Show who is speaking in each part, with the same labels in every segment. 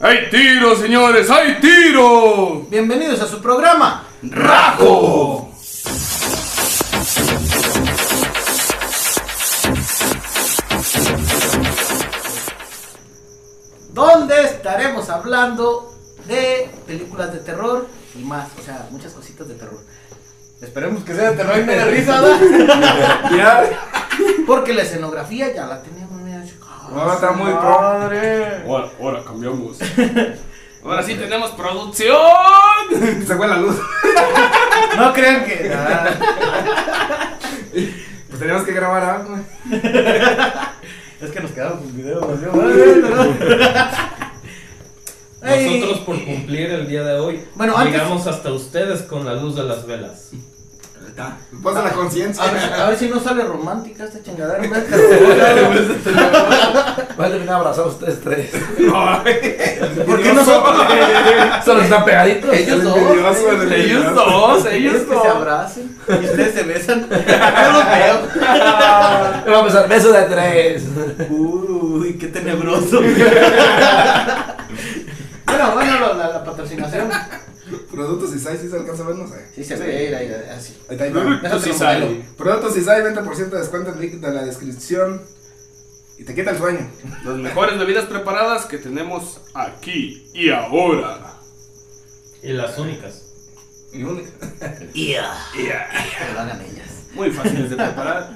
Speaker 1: ¡Hay tiro, señores! ¡Hay tiro!
Speaker 2: Bienvenidos a su programa.
Speaker 1: ¡Rajo!
Speaker 2: donde estaremos hablando de películas de terror y más, o sea, muchas cositas de terror. Esperemos que sea de terror y me dé risa, ¿verdad?
Speaker 3: Ya,
Speaker 2: Porque la escenografía ya la teníamos. mira, así, ah,
Speaker 3: no, está muy padre.
Speaker 1: Ahora, ahora cambiamos. Ahora sí tenemos producción.
Speaker 3: Se fue la luz.
Speaker 2: No crean que.
Speaker 3: Pues teníamos que grabar algo.
Speaker 2: Es que nos quedamos con videos, nos dio madre, ¿verdad? Ey.
Speaker 4: Nosotros por cumplir el día de hoy
Speaker 2: Bueno, antes-
Speaker 4: llegamos hasta ustedes con la luz de las velas.
Speaker 3: Pasa la
Speaker 2: A ver,
Speaker 3: conciencia.
Speaker 2: a ver si no sale romántica esta chingadera. en vez de-
Speaker 5: Va a terminar abrazados ustedes tres.
Speaker 2: ¿Por qué no son?
Speaker 5: Solo están pegaditos.
Speaker 2: Ellos
Speaker 3: El
Speaker 2: dos.
Speaker 3: envidioso,
Speaker 1: Ellos
Speaker 3: el envidioso.
Speaker 1: dos,
Speaker 2: Ellos
Speaker 1: ellos
Speaker 2: que se
Speaker 1: dos.
Speaker 2: abracen y ustedes se besan. Yo los veo.
Speaker 5: Vamos a empezar. Beso de tres.
Speaker 2: Uy, qué tenebroso. bueno, bueno, lo- la, la patrocinación.
Speaker 3: Productos Isai, si se alcanza a ver, no sé.
Speaker 2: Sí, se ve, era, era, así.
Speaker 3: Ahí está, ahí va.
Speaker 1: Tú sí sale.
Speaker 3: Productos Isai, 20% de descuento en link de la descripción. Y te quita el sueño.
Speaker 1: Las mejores bebidas preparadas que tenemos aquí y ahora.
Speaker 4: Y las únicas.
Speaker 3: Y un-
Speaker 2: Que lo hagan ellas.
Speaker 1: Muy fáciles de preparar.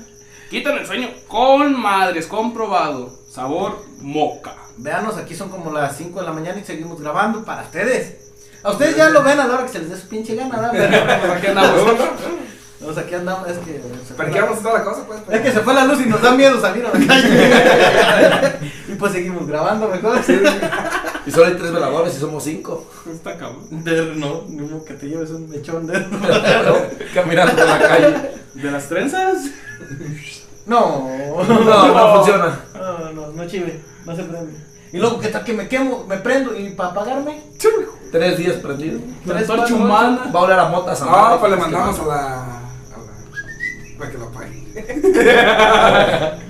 Speaker 1: Quitan el sueño con madres, comprobado. Sabor moca.
Speaker 2: Veanos, aquí son como las 5 de la mañana y seguimos grabando para ustedes. A ustedes ya lo ven a la hora que se les dé su pinche gana, ¿verdad? Pero
Speaker 1: Aquí andamos.
Speaker 2: nosotros aquí andamos, es que. se fue la-
Speaker 3: Parqueamos y toda la cosa, pues.
Speaker 2: Es que se fue la luz y nos da miedo salir a la calle. y pues seguimos grabando mejor.
Speaker 5: Y solo hay tres veladores y somos cinco.
Speaker 1: Está cabrón.
Speaker 2: Der, no, ni modo que te lleves un mechón der.
Speaker 5: Caminando por la calle.
Speaker 1: ¿De las trenzas?
Speaker 2: No.
Speaker 5: No, no funciona.
Speaker 2: No, no, no chive, no se prende. Y luego que tal que me quemo, me prendo y para apagarme.
Speaker 5: Tres días prendido.
Speaker 1: La
Speaker 2: Tres,
Speaker 1: antorcha
Speaker 2: cuatro,
Speaker 1: humana.
Speaker 5: Va a oler a motas a
Speaker 3: No, pues le mandamos a la. a la- Para que lo pague.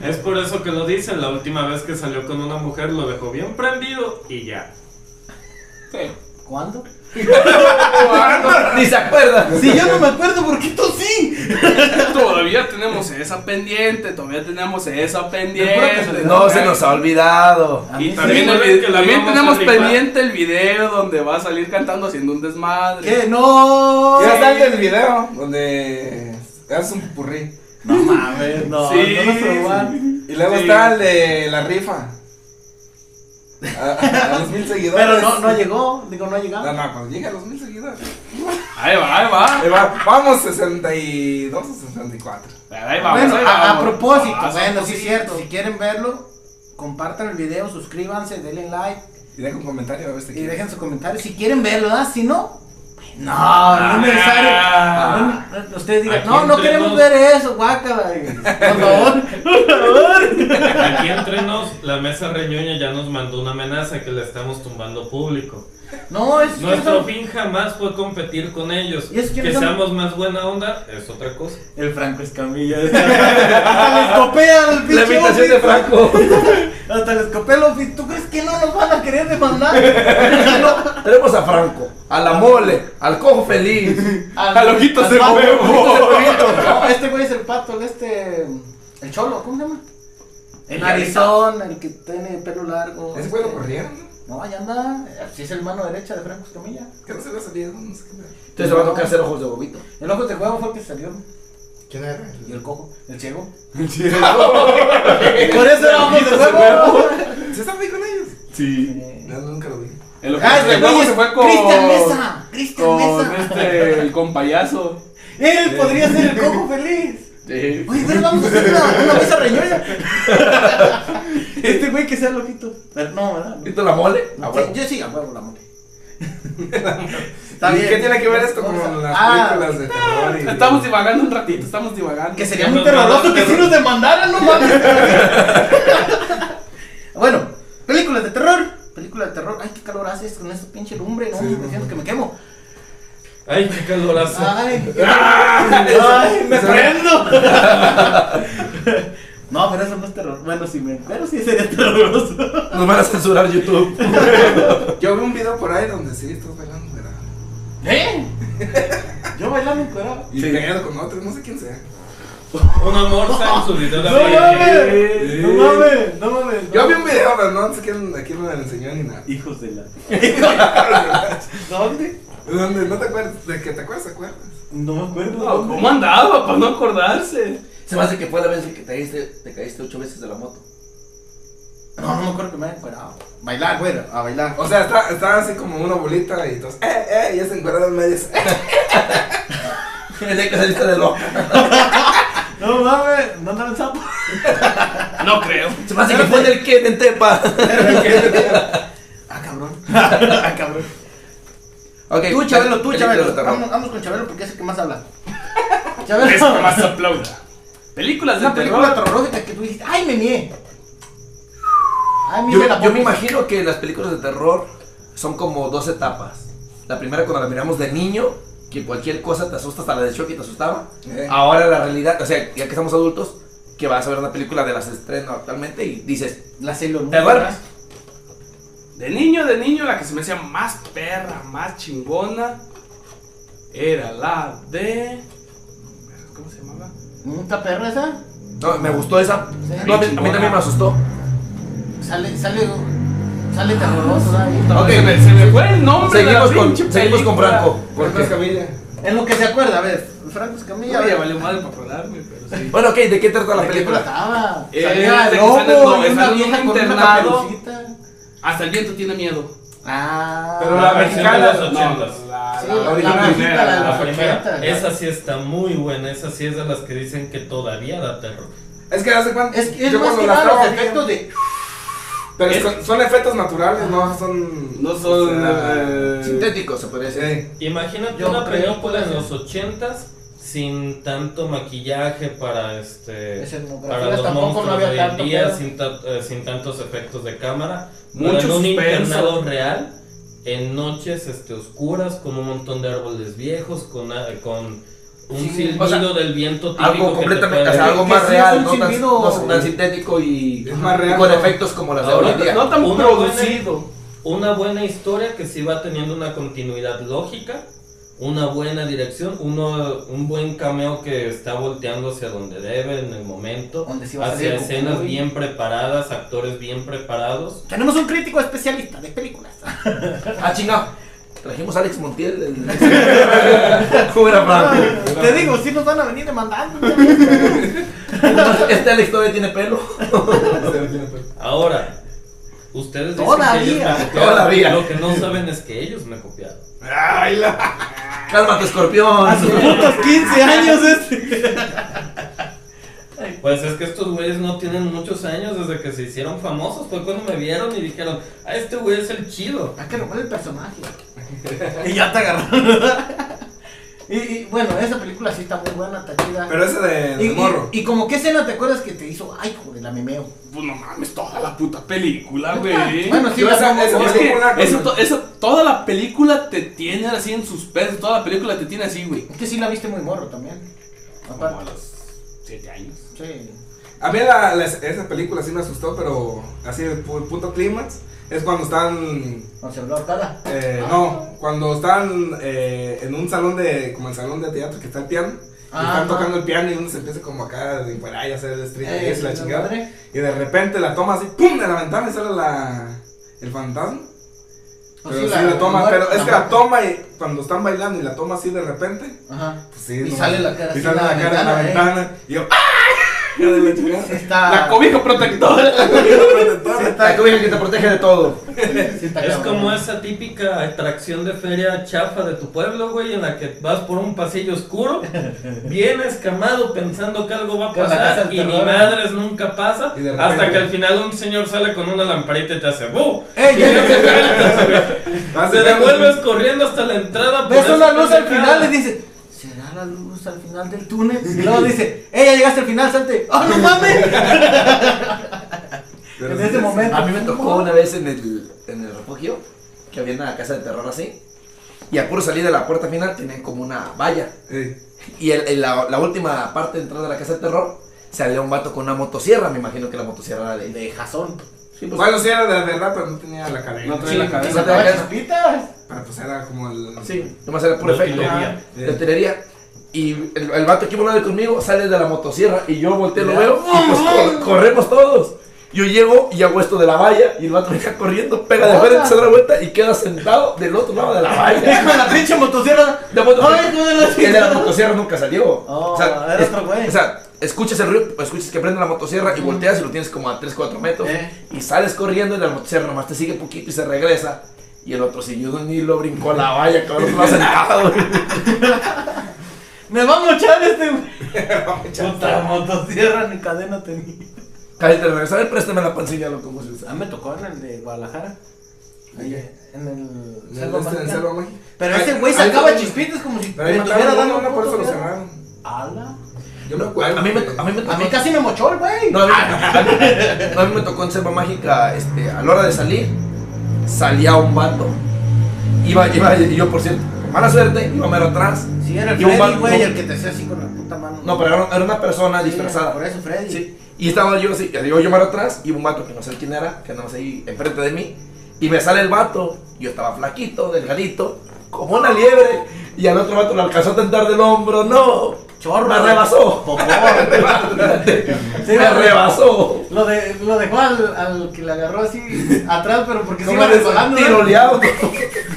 Speaker 4: Es por eso que lo dicen, la última vez que salió con una mujer lo dejó bien prendido y ya.
Speaker 1: Sí.
Speaker 2: ¿Cuándo?
Speaker 5: Ni se acuerda.
Speaker 2: Si yo no me acuerdo, ¿por qué tú sí?
Speaker 1: Todavía tenemos esa pendiente, todavía tenemos esa pendiente.
Speaker 5: No se nos ha olvidado.
Speaker 2: A
Speaker 1: Y
Speaker 2: mí
Speaker 1: también,
Speaker 2: sí.
Speaker 1: el vi-
Speaker 4: recuerden que la
Speaker 1: también
Speaker 4: íbamos
Speaker 1: tenemos
Speaker 4: a rifar.
Speaker 1: pendiente el video donde va a salir cantando haciendo un desmadre.
Speaker 2: ¿Qué? No.
Speaker 3: Ya está el del video donde haces un purrí.
Speaker 2: No mames, no.
Speaker 1: Sí.
Speaker 2: No lo probaron.
Speaker 3: Y luego
Speaker 1: Sí.
Speaker 3: está el de la rifa. A, a- a los mil seguidores.
Speaker 2: Pero no, no llegó, digo, no ha
Speaker 3: No,
Speaker 2: llegado.
Speaker 3: no, cuando llega a los mil seguidores.
Speaker 1: Ahí va, ahí va.
Speaker 3: Ahí va, vamos 62 o 64.
Speaker 1: Ahí vamos,
Speaker 2: bueno,
Speaker 1: ahí
Speaker 2: a, a
Speaker 1: vamos.
Speaker 2: propósito,
Speaker 1: Ah,
Speaker 2: bueno,
Speaker 1: son
Speaker 2: sí es
Speaker 1: cierto.
Speaker 2: cierto. Si quieren verlo, compartan el video, suscríbanse, denle like
Speaker 3: Y deja un comentario a ver si
Speaker 2: y
Speaker 3: quieres.
Speaker 2: dejen su comentario. Si quieren verlo, ¿ah? Si no, pues no, no es necesario.
Speaker 1: Ah.
Speaker 2: No, no, Ustedes digan,
Speaker 4: Aquí
Speaker 2: no, no
Speaker 4: entre
Speaker 2: queremos
Speaker 4: nos.
Speaker 2: ver eso, guácala. y, Por favor, por favor.
Speaker 4: Aquí entre nos, la mesa reñoña ya nos mandó una amenaza que le estamos tumbando público.
Speaker 2: No, es
Speaker 4: Nuestro fin jamás fue competir con ellos.
Speaker 2: ¿Y eso
Speaker 4: Que
Speaker 2: quiénes son?
Speaker 4: seamos más buena onda es otra cosa.
Speaker 2: El Franco Escamilla. Hasta les copea el
Speaker 5: La
Speaker 2: pinche
Speaker 5: invitación de
Speaker 2: office.
Speaker 5: Franco.
Speaker 2: Hasta les copea el office. ¿Tú crees que no nos van a querer demandar?
Speaker 5: Tenemos a Franco, a la mole, al cojo feliz.
Speaker 1: Al ojito
Speaker 2: al
Speaker 1: de
Speaker 2: pato,
Speaker 1: huevo.
Speaker 2: al ojito de huevito. No, este güey es el pato, el este. El cholo, ¿cómo se llama? El narizón, el que tiene pelo largo. este.
Speaker 3: Ese güey lo corrieron, ¿no?
Speaker 2: No, allá anda. Así es el mano derecha de Franco Escamilla.
Speaker 3: Que no se había salido, no sé qué. era.
Speaker 5: Entonces va a tocar hacer ojos de bobito.
Speaker 2: El ojo de huevo fue el que salió.
Speaker 3: ¿Quién era?
Speaker 2: Y el cojo, el ciego. Por eso era ojos de huevo.
Speaker 3: ¿Se están ahí con ellos?
Speaker 1: Sí.
Speaker 3: No, nunca lo vi.
Speaker 1: El
Speaker 2: Ah, este
Speaker 1: luego
Speaker 2: güey
Speaker 1: se
Speaker 2: es
Speaker 1: fue con.
Speaker 2: Cristian Mesa. Cristian
Speaker 1: Con
Speaker 2: Mesa.
Speaker 1: este, el compayazo.
Speaker 2: Él podría ser el cojo feliz.
Speaker 1: Sí.
Speaker 2: Oye, pero vamos a hacer una, una mesa reñoña. Este güey que sea loquito. Pero no, ¿verdad? Sí,
Speaker 5: ¿Viste la mole? Ah, A huevo.
Speaker 2: yo sí, a huevo la mole. Está
Speaker 3: ¿Y
Speaker 2: bien.
Speaker 3: ¿Qué tiene que ver esto con
Speaker 2: Vamos a-
Speaker 3: las
Speaker 2: Ah,
Speaker 3: películas de terror? y-
Speaker 1: Estamos divagando un ratito, estamos divagando.
Speaker 2: Que sería muy terroroso que si nos demandaran, no mames. bueno, películas de terror. Película de terror. Ay, qué calor haces con esta pinche lumbre. No, me siento que me quemo.
Speaker 4: Ay, qué
Speaker 2: Ah.
Speaker 4: calorazo.
Speaker 2: Ay, ay, me prendo. No, pero eso no es terror. Bueno, sí, me... pero sí sería terroroso.
Speaker 5: Nos van a censurar YouTube.
Speaker 3: Yo vi un video por ahí donde sí estás bailando, ¿verdad?
Speaker 2: ¿Eh? Yo bailando encuerado.
Speaker 3: Y
Speaker 5: Sí.
Speaker 3: pegado con otro, no sé quién sea.
Speaker 4: Un amor está en su video de
Speaker 2: ¡No mames!
Speaker 4: Sí.
Speaker 2: ¡No mames! ¡No mames! no
Speaker 3: Yo vi un
Speaker 2: mames.
Speaker 3: video, pero no sé quién, a quién me lo enseñó ni nada.
Speaker 2: Hijos de la. ¿Dónde?
Speaker 3: ¿Dónde? ¿No te acuerdas? ¿De que te acuerdas? ¿Te acuerdas?
Speaker 2: No me acuerdo.
Speaker 1: No,
Speaker 2: ¿dónde?
Speaker 1: ¿Cómo andaba para no acordarse?
Speaker 5: Se me hace que fue la vez que te caíste, te caíste ocho veces de la moto.
Speaker 2: No, no me acuerdo que me haya encuerado. Bailar, güero, a bailar.
Speaker 3: O sea, está- estaba así como una bolita y entonces, ¡eh, eh! Y ya se encuadraron medias. ¡eh!
Speaker 5: El día que saliste de loco.
Speaker 2: No mames, no andaba el sapo.
Speaker 1: No creo.
Speaker 5: Se me hace que fue en el que en Tepa.
Speaker 2: Ah, cabrón. ah, cabrón.
Speaker 5: Okay,
Speaker 2: Tú, Chabelo, tú,
Speaker 5: películas de
Speaker 2: Chabelo.
Speaker 5: terror.
Speaker 2: Vamos, vamos con Chabelo porque es el que más habla.
Speaker 1: Es
Speaker 2: Chabelo.
Speaker 1: que más aplauda. Películas de
Speaker 2: Una película
Speaker 1: terror.
Speaker 2: terrorífica que tú dijiste, ¡ay, me mié! ¡Ay, me
Speaker 5: Yo,
Speaker 2: mié la
Speaker 5: yo me
Speaker 2: boca".
Speaker 5: imagino que las películas de terror son como dos etapas. La primera cuando la miramos de niño, que cualquier cosa te asusta, hasta la de Chucky te asustaba.
Speaker 3: Eh.
Speaker 5: Ahora la realidad, o sea, ya que estamos adultos, que vas a ver una película de las estrenos actualmente y dices,
Speaker 2: La Sailor Moon.
Speaker 5: ¿Te acuerdas?
Speaker 1: De niño, de niño, la que se me hacía más perra, más chingona, era la de... ¿Cómo se llamaba?
Speaker 2: ¿Nunca perra esa?
Speaker 5: no, me gustó esa.
Speaker 2: Sí.
Speaker 5: No, a mí, a mí también me asustó.
Speaker 2: Sale, sale, sale terroroso. ahí.
Speaker 5: Ok.
Speaker 1: Se me, se me fue el nombre de la
Speaker 5: Seguimos con,
Speaker 1: pinche
Speaker 5: seguimos con
Speaker 1: película.
Speaker 5: Franco.
Speaker 3: ¿Por qué? Camilla.
Speaker 2: En lo que se acuerda, a ver, Franco
Speaker 1: No,
Speaker 2: Escamilla. a
Speaker 1: ya
Speaker 2: ver,
Speaker 1: valió madre para acordarme, pero sí.
Speaker 5: Bueno, ok, ¿de qué trata la
Speaker 2: ¿De qué
Speaker 5: película?
Speaker 2: trataba?
Speaker 1: Eh,
Speaker 2: Salía
Speaker 1: de que
Speaker 2: lobo
Speaker 1: sale- no,
Speaker 2: y una
Speaker 1: sale un
Speaker 2: vieja con una
Speaker 1: internado.
Speaker 2: pelucita.
Speaker 1: Hasta el viento tiene miedo.
Speaker 2: Ah.
Speaker 3: Pero la
Speaker 4: versión
Speaker 3: mexicana,
Speaker 4: de los
Speaker 1: No,
Speaker 4: 80
Speaker 2: Sí,
Speaker 1: la-
Speaker 2: la
Speaker 1: la
Speaker 2: viejita,
Speaker 1: primera,
Speaker 2: la de
Speaker 1: la
Speaker 2: los
Speaker 4: La
Speaker 2: ochenta,
Speaker 4: primera,
Speaker 2: ¿no?
Speaker 4: esa sí está muy buena, esa sí es de las que dicen que todavía da terror.
Speaker 3: Es que hace cuánto.
Speaker 2: Es que es más que nada los efectos de.
Speaker 3: Pero es
Speaker 1: Es-
Speaker 3: con- son efectos naturales, no son.
Speaker 1: No son,
Speaker 3: o sea,
Speaker 1: eh,
Speaker 5: Sintético, se podría decir.
Speaker 3: sí.
Speaker 4: Imagínate
Speaker 2: Yo
Speaker 4: una
Speaker 2: creo
Speaker 4: película
Speaker 2: que
Speaker 4: en
Speaker 2: sí.
Speaker 4: los ochentas sin tanto maquillaje para este
Speaker 2: Escenografías
Speaker 4: para los
Speaker 2: tampoco,
Speaker 4: monstruos
Speaker 2: no había
Speaker 4: de hoy en
Speaker 2: tanto
Speaker 4: día,
Speaker 2: pedo.
Speaker 4: sin, ta- eh, sin tantos efectos de cámara,
Speaker 1: Mucho
Speaker 4: Pero en un
Speaker 1: suspenso.
Speaker 4: internado real en noches este oscuras con un montón de árboles viejos con a- con un
Speaker 5: Sí,
Speaker 4: silbido
Speaker 5: o sea,
Speaker 4: del viento típico que
Speaker 5: Algo
Speaker 4: te
Speaker 5: completamente,
Speaker 4: puede-
Speaker 5: o sea, algo
Speaker 2: Que
Speaker 5: más
Speaker 2: sí,
Speaker 5: real,
Speaker 2: un
Speaker 5: no tan,
Speaker 2: silbido.
Speaker 5: no tan sintético y,
Speaker 3: Es más real,
Speaker 5: y con
Speaker 3: ¿no?
Speaker 5: efectos como las de
Speaker 4: Ahora,
Speaker 5: hoy en día.
Speaker 1: No tan
Speaker 4: Una
Speaker 1: producido.
Speaker 4: una buena historia que sí va teniendo una continuidad lógica, una buena dirección, uno, un buen cameo que está volteando hacia donde debe en el momento,
Speaker 2: Donde sí va a
Speaker 4: hacia
Speaker 2: salir Goku,
Speaker 4: escenas
Speaker 2: güey.
Speaker 4: bien preparadas, actores bien preparados.
Speaker 2: Tenemos un crítico especialista de películas.
Speaker 5: Ah, chingado. Trajimos a Alex Montiel. El... Cubra Franco.
Speaker 2: Ah, Te digo, sí nos van a venir demandando.
Speaker 5: Este Alex todavía tiene pelo.
Speaker 4: Ahora, ustedes dicen que ellos
Speaker 2: Todavía.
Speaker 4: me copiaron,
Speaker 5: Todavía.
Speaker 4: lo que no saben es que ellos me copiaron.
Speaker 3: Ay, la.
Speaker 5: Cálmate, escorpión.
Speaker 2: A sus putos 15 años este.
Speaker 4: Pues es que estos güeyes no tienen muchos años desde que se hicieron famosos, fue cuando me vieron y dijeron, ah, este güey es el chido.
Speaker 2: Hay que robar el personaje. Y ya te agarraron. y, y, bueno, esa película sí está muy buena, está chida.
Speaker 3: Pero ese de,
Speaker 2: y,
Speaker 3: de
Speaker 2: y-
Speaker 3: morro.
Speaker 2: y como qué escena te acuerdas que te hizo, ay, joder, la memeo.
Speaker 1: Pues no mames, toda la puta película, Ah, güey.
Speaker 2: Bueno, sí,
Speaker 3: Yo
Speaker 2: la
Speaker 3: esa-
Speaker 2: pongo-
Speaker 3: esa-
Speaker 1: Es
Speaker 3: esa-
Speaker 1: que
Speaker 3: Una cosa-
Speaker 1: eso, to- eso, toda la película te tiene así en suspenso, toda la película te tiene así, güey.
Speaker 2: es que sí la viste muy morro también.
Speaker 1: Como a
Speaker 2: Aparte,
Speaker 1: los 7 años.
Speaker 2: sí.
Speaker 3: A mí la, la- esa película sí me asustó, pero así el pu- punto clímax es cuando están.
Speaker 2: Cuando se habló ahorcada.
Speaker 3: eh, no, cuando están eh, en un salón de. como el salón de teatro que está el piano. y
Speaker 2: Ah,
Speaker 3: están
Speaker 2: ajá.
Speaker 3: tocando el piano y uno se empieza como acá de fuera y hacer el street
Speaker 2: Eh,
Speaker 3: dance, la
Speaker 2: la
Speaker 3: chingada.
Speaker 2: madre.
Speaker 3: Y de repente la toma así, ¡pum! de la ventana y sale la, el fantasma.
Speaker 2: Pues
Speaker 3: pero sí, la, toma,
Speaker 2: muerte,
Speaker 3: pero es que la
Speaker 2: muerte.
Speaker 3: toma y cuando están bailando y la toma así de repente,
Speaker 2: Ajá.
Speaker 3: pues sí.
Speaker 2: Y
Speaker 3: no
Speaker 2: sale la
Speaker 3: mames.
Speaker 2: cara
Speaker 3: Y
Speaker 2: así
Speaker 3: sale
Speaker 2: en la
Speaker 3: la cara en la
Speaker 2: ventana, ¿eh?
Speaker 3: ventana. Y yo, ¡ay! de la chingada.
Speaker 2: Sí está.
Speaker 1: La cobija protectora.
Speaker 5: Sí, está, que bien que te protege de todo.
Speaker 2: sí está
Speaker 4: Es
Speaker 2: cabrón.
Speaker 4: como esa típica atracción de feria chafa de tu pueblo, güey, en la que vas por un pasillo oscuro, bien escamado pensando que algo va a
Speaker 2: Con la casa
Speaker 4: pasar
Speaker 2: del
Speaker 4: y ni
Speaker 2: terror.
Speaker 4: madres nunca pasa,
Speaker 3: Y de repente-
Speaker 4: hasta que al final un señor sale con una lamparita y te hace ¡bu!
Speaker 2: ¡Ey,
Speaker 4: Y
Speaker 2: ey,
Speaker 4: no te
Speaker 2: ey!
Speaker 4: sueltas, güey.
Speaker 3: Hace
Speaker 4: Te
Speaker 3: menos-
Speaker 4: devuelves corriendo hasta la entrada. por
Speaker 2: Ves
Speaker 4: esa
Speaker 2: una luz al
Speaker 4: pendejada.
Speaker 2: final y dices, ¿será la luz al final del túnel? Y luego dice, ¡eh, ya llegaste al final, salte! ¡Ah, no mames!
Speaker 3: pero
Speaker 2: en
Speaker 3: sí,
Speaker 2: ese
Speaker 3: sí.
Speaker 2: momento.
Speaker 5: A mí me tocó una vez en el, en el refugio que había una casa de terror así. Y a puro salir de la puerta final tenían como una valla.
Speaker 3: Sí.
Speaker 5: Y el- el- la, la última parte de entrada de la casa de terror salía un vato con una motosierra, me imagino que la motosierra era de él.
Speaker 2: De Jason.
Speaker 5: Sí, pues,
Speaker 3: Bueno, sí era de la verdad, pero no tenía la cadena.
Speaker 1: No traía la
Speaker 5: cabeza.
Speaker 1: cabeza.
Speaker 5: te hagas-
Speaker 2: chispitas?
Speaker 3: Pero pues era como el.
Speaker 2: Sí.
Speaker 5: nomás era puro
Speaker 4: No
Speaker 5: efecto.
Speaker 4: tenía.
Speaker 5: Ah, De utilería. Y el, el vato que iba a hablar conmigo sale de la motosierra y yo volteo, lo veo y pues cor- corremos todos. Yo llego y hago esto de la valla y el vato me deja corriendo, pega de frente, se da la vuelta y queda sentado del otro lado de la valla.
Speaker 2: Con la pinche motosierra.
Speaker 5: De moto-
Speaker 2: Ay, hijo de la
Speaker 5: el de la
Speaker 2: chingada.
Speaker 5: motosierra nunca salió.
Speaker 2: Oh, era otro güey.
Speaker 5: o sea, escuchas el ruido, pues, escuchas que prende la motosierra y volteas y lo tienes como a 3, 4 metros.
Speaker 2: Eh.
Speaker 5: Y sales corriendo y la motosierra nomás te sigue poquito y se regresa. Y el otro siguió de un hilo, brincó la valla, cabrón, lo ha sentado.
Speaker 2: Me va a mochar este güey.
Speaker 3: Mucha-
Speaker 2: Puta motosierra ni cadena tenía.
Speaker 5: Cállate, regresa, a ver, préstame la pancilla, loco, como se usa.
Speaker 2: A mí me tocó en el de Guadalajara. Ahí, en el.
Speaker 3: En
Speaker 2: Selva
Speaker 3: este, el- en el
Speaker 2: Mágica.
Speaker 3: Selva Mágica.
Speaker 2: Pero
Speaker 3: Ay,
Speaker 2: este güey
Speaker 3: ahí
Speaker 2: sacaba
Speaker 3: mataron-
Speaker 2: chispitas como si
Speaker 3: Pero ahí
Speaker 2: le
Speaker 3: mataron
Speaker 2: tuviera
Speaker 3: a uno,
Speaker 2: dado
Speaker 3: uno, por eso lo
Speaker 2: puto
Speaker 3: cerraron.
Speaker 2: Ala.
Speaker 3: Yo me acuerdo.
Speaker 5: A mí me, a mí me
Speaker 2: A mí
Speaker 5: tocó.
Speaker 2: casi Ah. me mochó el güey.
Speaker 5: No, a mí, no, a mí me tocó en Selva Mágica, este, a la hora de salir, salía un vato. Iba, iba, y yo por cierto, con mala suerte, iba mero atrás.
Speaker 2: Sí, era el
Speaker 5: Y un
Speaker 2: Freddy,
Speaker 5: ban-
Speaker 2: güey,
Speaker 5: no.
Speaker 2: el que te hacía así con la puta mano.
Speaker 5: No, pero era, era una persona
Speaker 2: Sí,
Speaker 5: disfrazada.
Speaker 2: Por eso, Freddy.
Speaker 5: Sí. Y estaba yo así, yo, yo mero atrás y un vato que no sé quién era, que andaba ahí enfrente de mí. Y me sale el vato, yo estaba flaquito, delgadito, como una liebre. Y al otro vato lo alcanzó a tentar del hombro, no.
Speaker 2: Chorro.
Speaker 5: Me
Speaker 2: güey.
Speaker 5: rebasó.
Speaker 2: Popó, güey. Sí,
Speaker 5: me
Speaker 2: güey.
Speaker 5: rebasó.
Speaker 2: Lo, de, lo dejó al, al que le agarró así atrás, pero porque se iba
Speaker 5: les-
Speaker 2: resbalando. ¿no?
Speaker 5: tiroleado.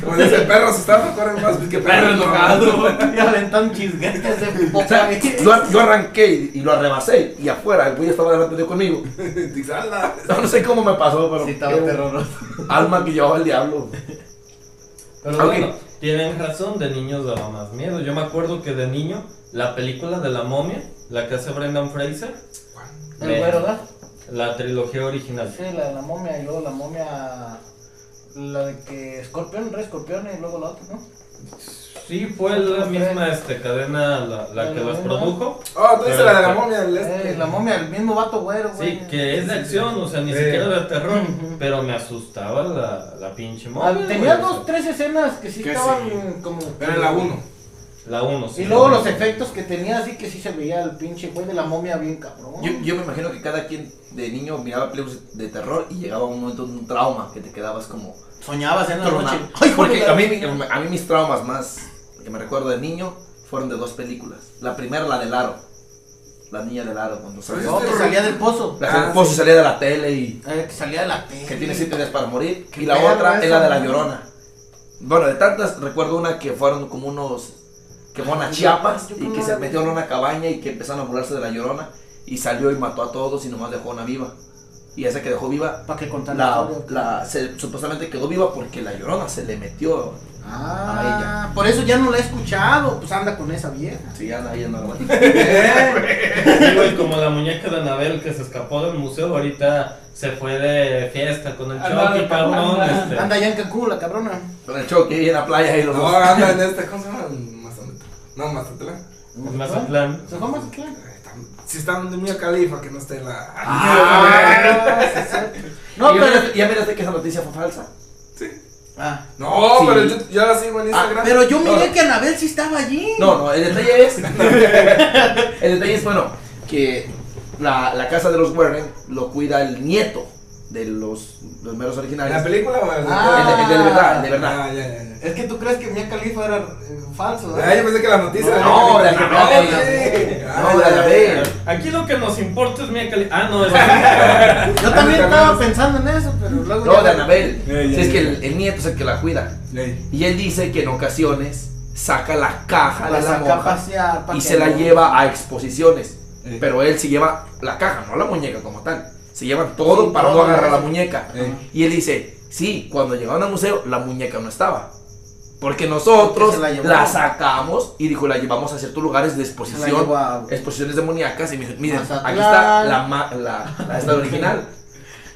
Speaker 3: Como dice el perro asustado, corre más que
Speaker 1: Perro enojado.
Speaker 2: Y aventando chisguetes de
Speaker 5: O
Speaker 2: popa,
Speaker 5: sea,
Speaker 2: güey.
Speaker 5: yo, yo arranqué y, y lo rebasé. Y afuera, el güey estaba delante de conmigo.
Speaker 3: Tixala.
Speaker 5: No, no sé cómo me pasó, pero.
Speaker 2: Sí, estaba
Speaker 5: qué
Speaker 2: terroroso.
Speaker 5: Alma que llevaba el diablo.
Speaker 4: Pero
Speaker 5: Ok.
Speaker 4: bueno, tienen razón, de niños daba más miedo. Yo me acuerdo que de niño, la película de la momia, la que hace Brendan Fraser,
Speaker 2: El güero, ¿verdad?
Speaker 4: la trilogía original.
Speaker 2: Sí, la de la momia y luego la momia. La de que escorpión, rey escorpión y luego la otra, ¿no?
Speaker 4: Sí, fue la misma este, cadena la, la que los produjo.
Speaker 3: Oh, tú dices la de la momia, el
Speaker 2: Eh,
Speaker 3: este.
Speaker 2: la momia, el mismo vato güero, güey.
Speaker 4: Sí, que es de acción, o sea, ni
Speaker 3: Sí.
Speaker 4: siquiera de terror.
Speaker 2: Ujú.
Speaker 4: Pero me asustaba la, la pinche
Speaker 2: Ah,
Speaker 4: momia.
Speaker 2: Tenía
Speaker 4: güey,
Speaker 2: dos,
Speaker 4: o sea,
Speaker 2: tres escenas que sí
Speaker 1: Que
Speaker 2: estaban
Speaker 1: sí.
Speaker 2: como.
Speaker 3: Pero en la 1.
Speaker 4: La uno, sí.
Speaker 2: Y luego
Speaker 4: la
Speaker 2: los
Speaker 4: uno.
Speaker 2: efectos que tenía, así que sí se veía el pinche güey de la momia bien cabrón.
Speaker 5: Yo, yo me imagino que cada quien de niño miraba películas de terror y llegaba un momento de un trauma que te quedabas como.
Speaker 2: Soñabas en la noche.
Speaker 5: tronado. Porque a mí, em, a mí mis traumas más que me recuerdo de niño fueron de dos películas. La primera, la del aro. La niña del aro, cuando salía.
Speaker 2: No, que salía del pozo.
Speaker 5: La del pozo salía de la tele y.
Speaker 2: Eh, que salía de la tele.
Speaker 5: que tiene siete días para morir.
Speaker 2: Qué
Speaker 5: Y la
Speaker 2: perro
Speaker 5: otra es
Speaker 2: eso,
Speaker 5: la de la
Speaker 2: ¿no?
Speaker 5: llorona. Bueno, de tantas, recuerdo una que fueron como unos. que fueron a Chiapas
Speaker 2: yo
Speaker 5: y
Speaker 2: creo
Speaker 5: que
Speaker 2: no
Speaker 5: se
Speaker 2: la vi.
Speaker 5: metieron en una cabaña y que empezaron a burlarse de la llorona. Y salió y mató a todos y nomás dejó una viva. Y esa que dejó viva,
Speaker 2: Para que contara
Speaker 5: la,
Speaker 2: historia.
Speaker 5: la- se- supuestamente quedó viva porque la llorona se le metió.
Speaker 2: Ah, por eso ya no la he escuchado. Pues anda con esa vieja.
Speaker 5: Sí, anda ahí en la
Speaker 4: Sí, güey, como la muñeca de Anabel que se escapó del museo, ahorita se fue de fiesta con el
Speaker 1: Andaba
Speaker 4: Chucky,
Speaker 1: de
Speaker 4: cabrón.
Speaker 1: parranda.
Speaker 4: este.
Speaker 2: Anda allá en Cancún, la cabrona.
Speaker 5: Con el choque y en la playa y los
Speaker 3: No,
Speaker 5: dos.
Speaker 3: anda en este, ¿cómo se llama? Mazatlán. No, Mazatlán.
Speaker 4: En Mazatlán.
Speaker 2: ¿Se fue a Mazatlán?
Speaker 3: Ay, están- Si están de mío califa, que no esté la.
Speaker 5: Ah.
Speaker 2: Ah. No,
Speaker 5: y ya
Speaker 2: pero.
Speaker 5: miraste- ya miraste que esa noticia fue falsa.
Speaker 2: Ah.
Speaker 3: No,
Speaker 5: Sí.
Speaker 3: pero yo, yo la sigo en
Speaker 5: Ah,
Speaker 3: Instagram.
Speaker 2: Pero yo miré
Speaker 5: No.
Speaker 2: que Anabel sí estaba allí.
Speaker 5: No, no, el detalle es. el detalle es, bueno, que la, la casa de los Warren lo cuida el nieto de los, los meros originales.
Speaker 3: ¿La película o el
Speaker 5: El, de- el de verdad, el Ah. de verdad.
Speaker 3: Ah, ya, ya, ya.
Speaker 2: Es que tú crees que Mia Khalifa era eh, falso, ¿eh?
Speaker 3: Ah, yo pensé que la noticia.
Speaker 5: No,
Speaker 3: de
Speaker 5: la
Speaker 3: Mia
Speaker 5: que-
Speaker 3: Khalifa.
Speaker 5: no,
Speaker 3: sí.
Speaker 5: la-
Speaker 3: Ah,
Speaker 5: no,
Speaker 3: ya,
Speaker 5: la
Speaker 3: ya,
Speaker 5: de-
Speaker 3: ya.
Speaker 4: Aquí lo que nos importa es Mia Cali. Ah, no, es.
Speaker 2: Yo también estaba pensando en eso, pero luego.
Speaker 5: No,
Speaker 2: ya-
Speaker 5: de Anabel.
Speaker 3: Eh, ya,
Speaker 5: Si es
Speaker 3: ya.
Speaker 5: que el, el nieto es el que la cuida.
Speaker 3: Ey.
Speaker 5: Y él dice que en ocasiones saca la caja
Speaker 2: La
Speaker 5: de la
Speaker 2: saca a
Speaker 5: monja
Speaker 2: pasear. pa'
Speaker 5: y
Speaker 2: que
Speaker 5: se la
Speaker 2: no-
Speaker 5: lleva a exposiciones.
Speaker 3: Ey.
Speaker 5: Pero él se lleva la caja, no la muñeca como tal. Se llevan todo
Speaker 2: Sí,
Speaker 5: para
Speaker 2: todo.
Speaker 5: no agarrar la muñeca.
Speaker 3: Ey.
Speaker 5: Y él dice, sí, cuando llegaron al museo, la muñeca no estaba. Porque nosotros
Speaker 2: Porque se la
Speaker 5: la,
Speaker 2: llevó.
Speaker 5: sacamos y dijo, la llevamos a ciertos lugares de
Speaker 2: Se la
Speaker 5: exposición.
Speaker 2: llevó a.
Speaker 5: Exposiciones demoníacas y me dijo, miren,
Speaker 2: Mazatlán.
Speaker 5: aquí está la, ma- la, la esta original.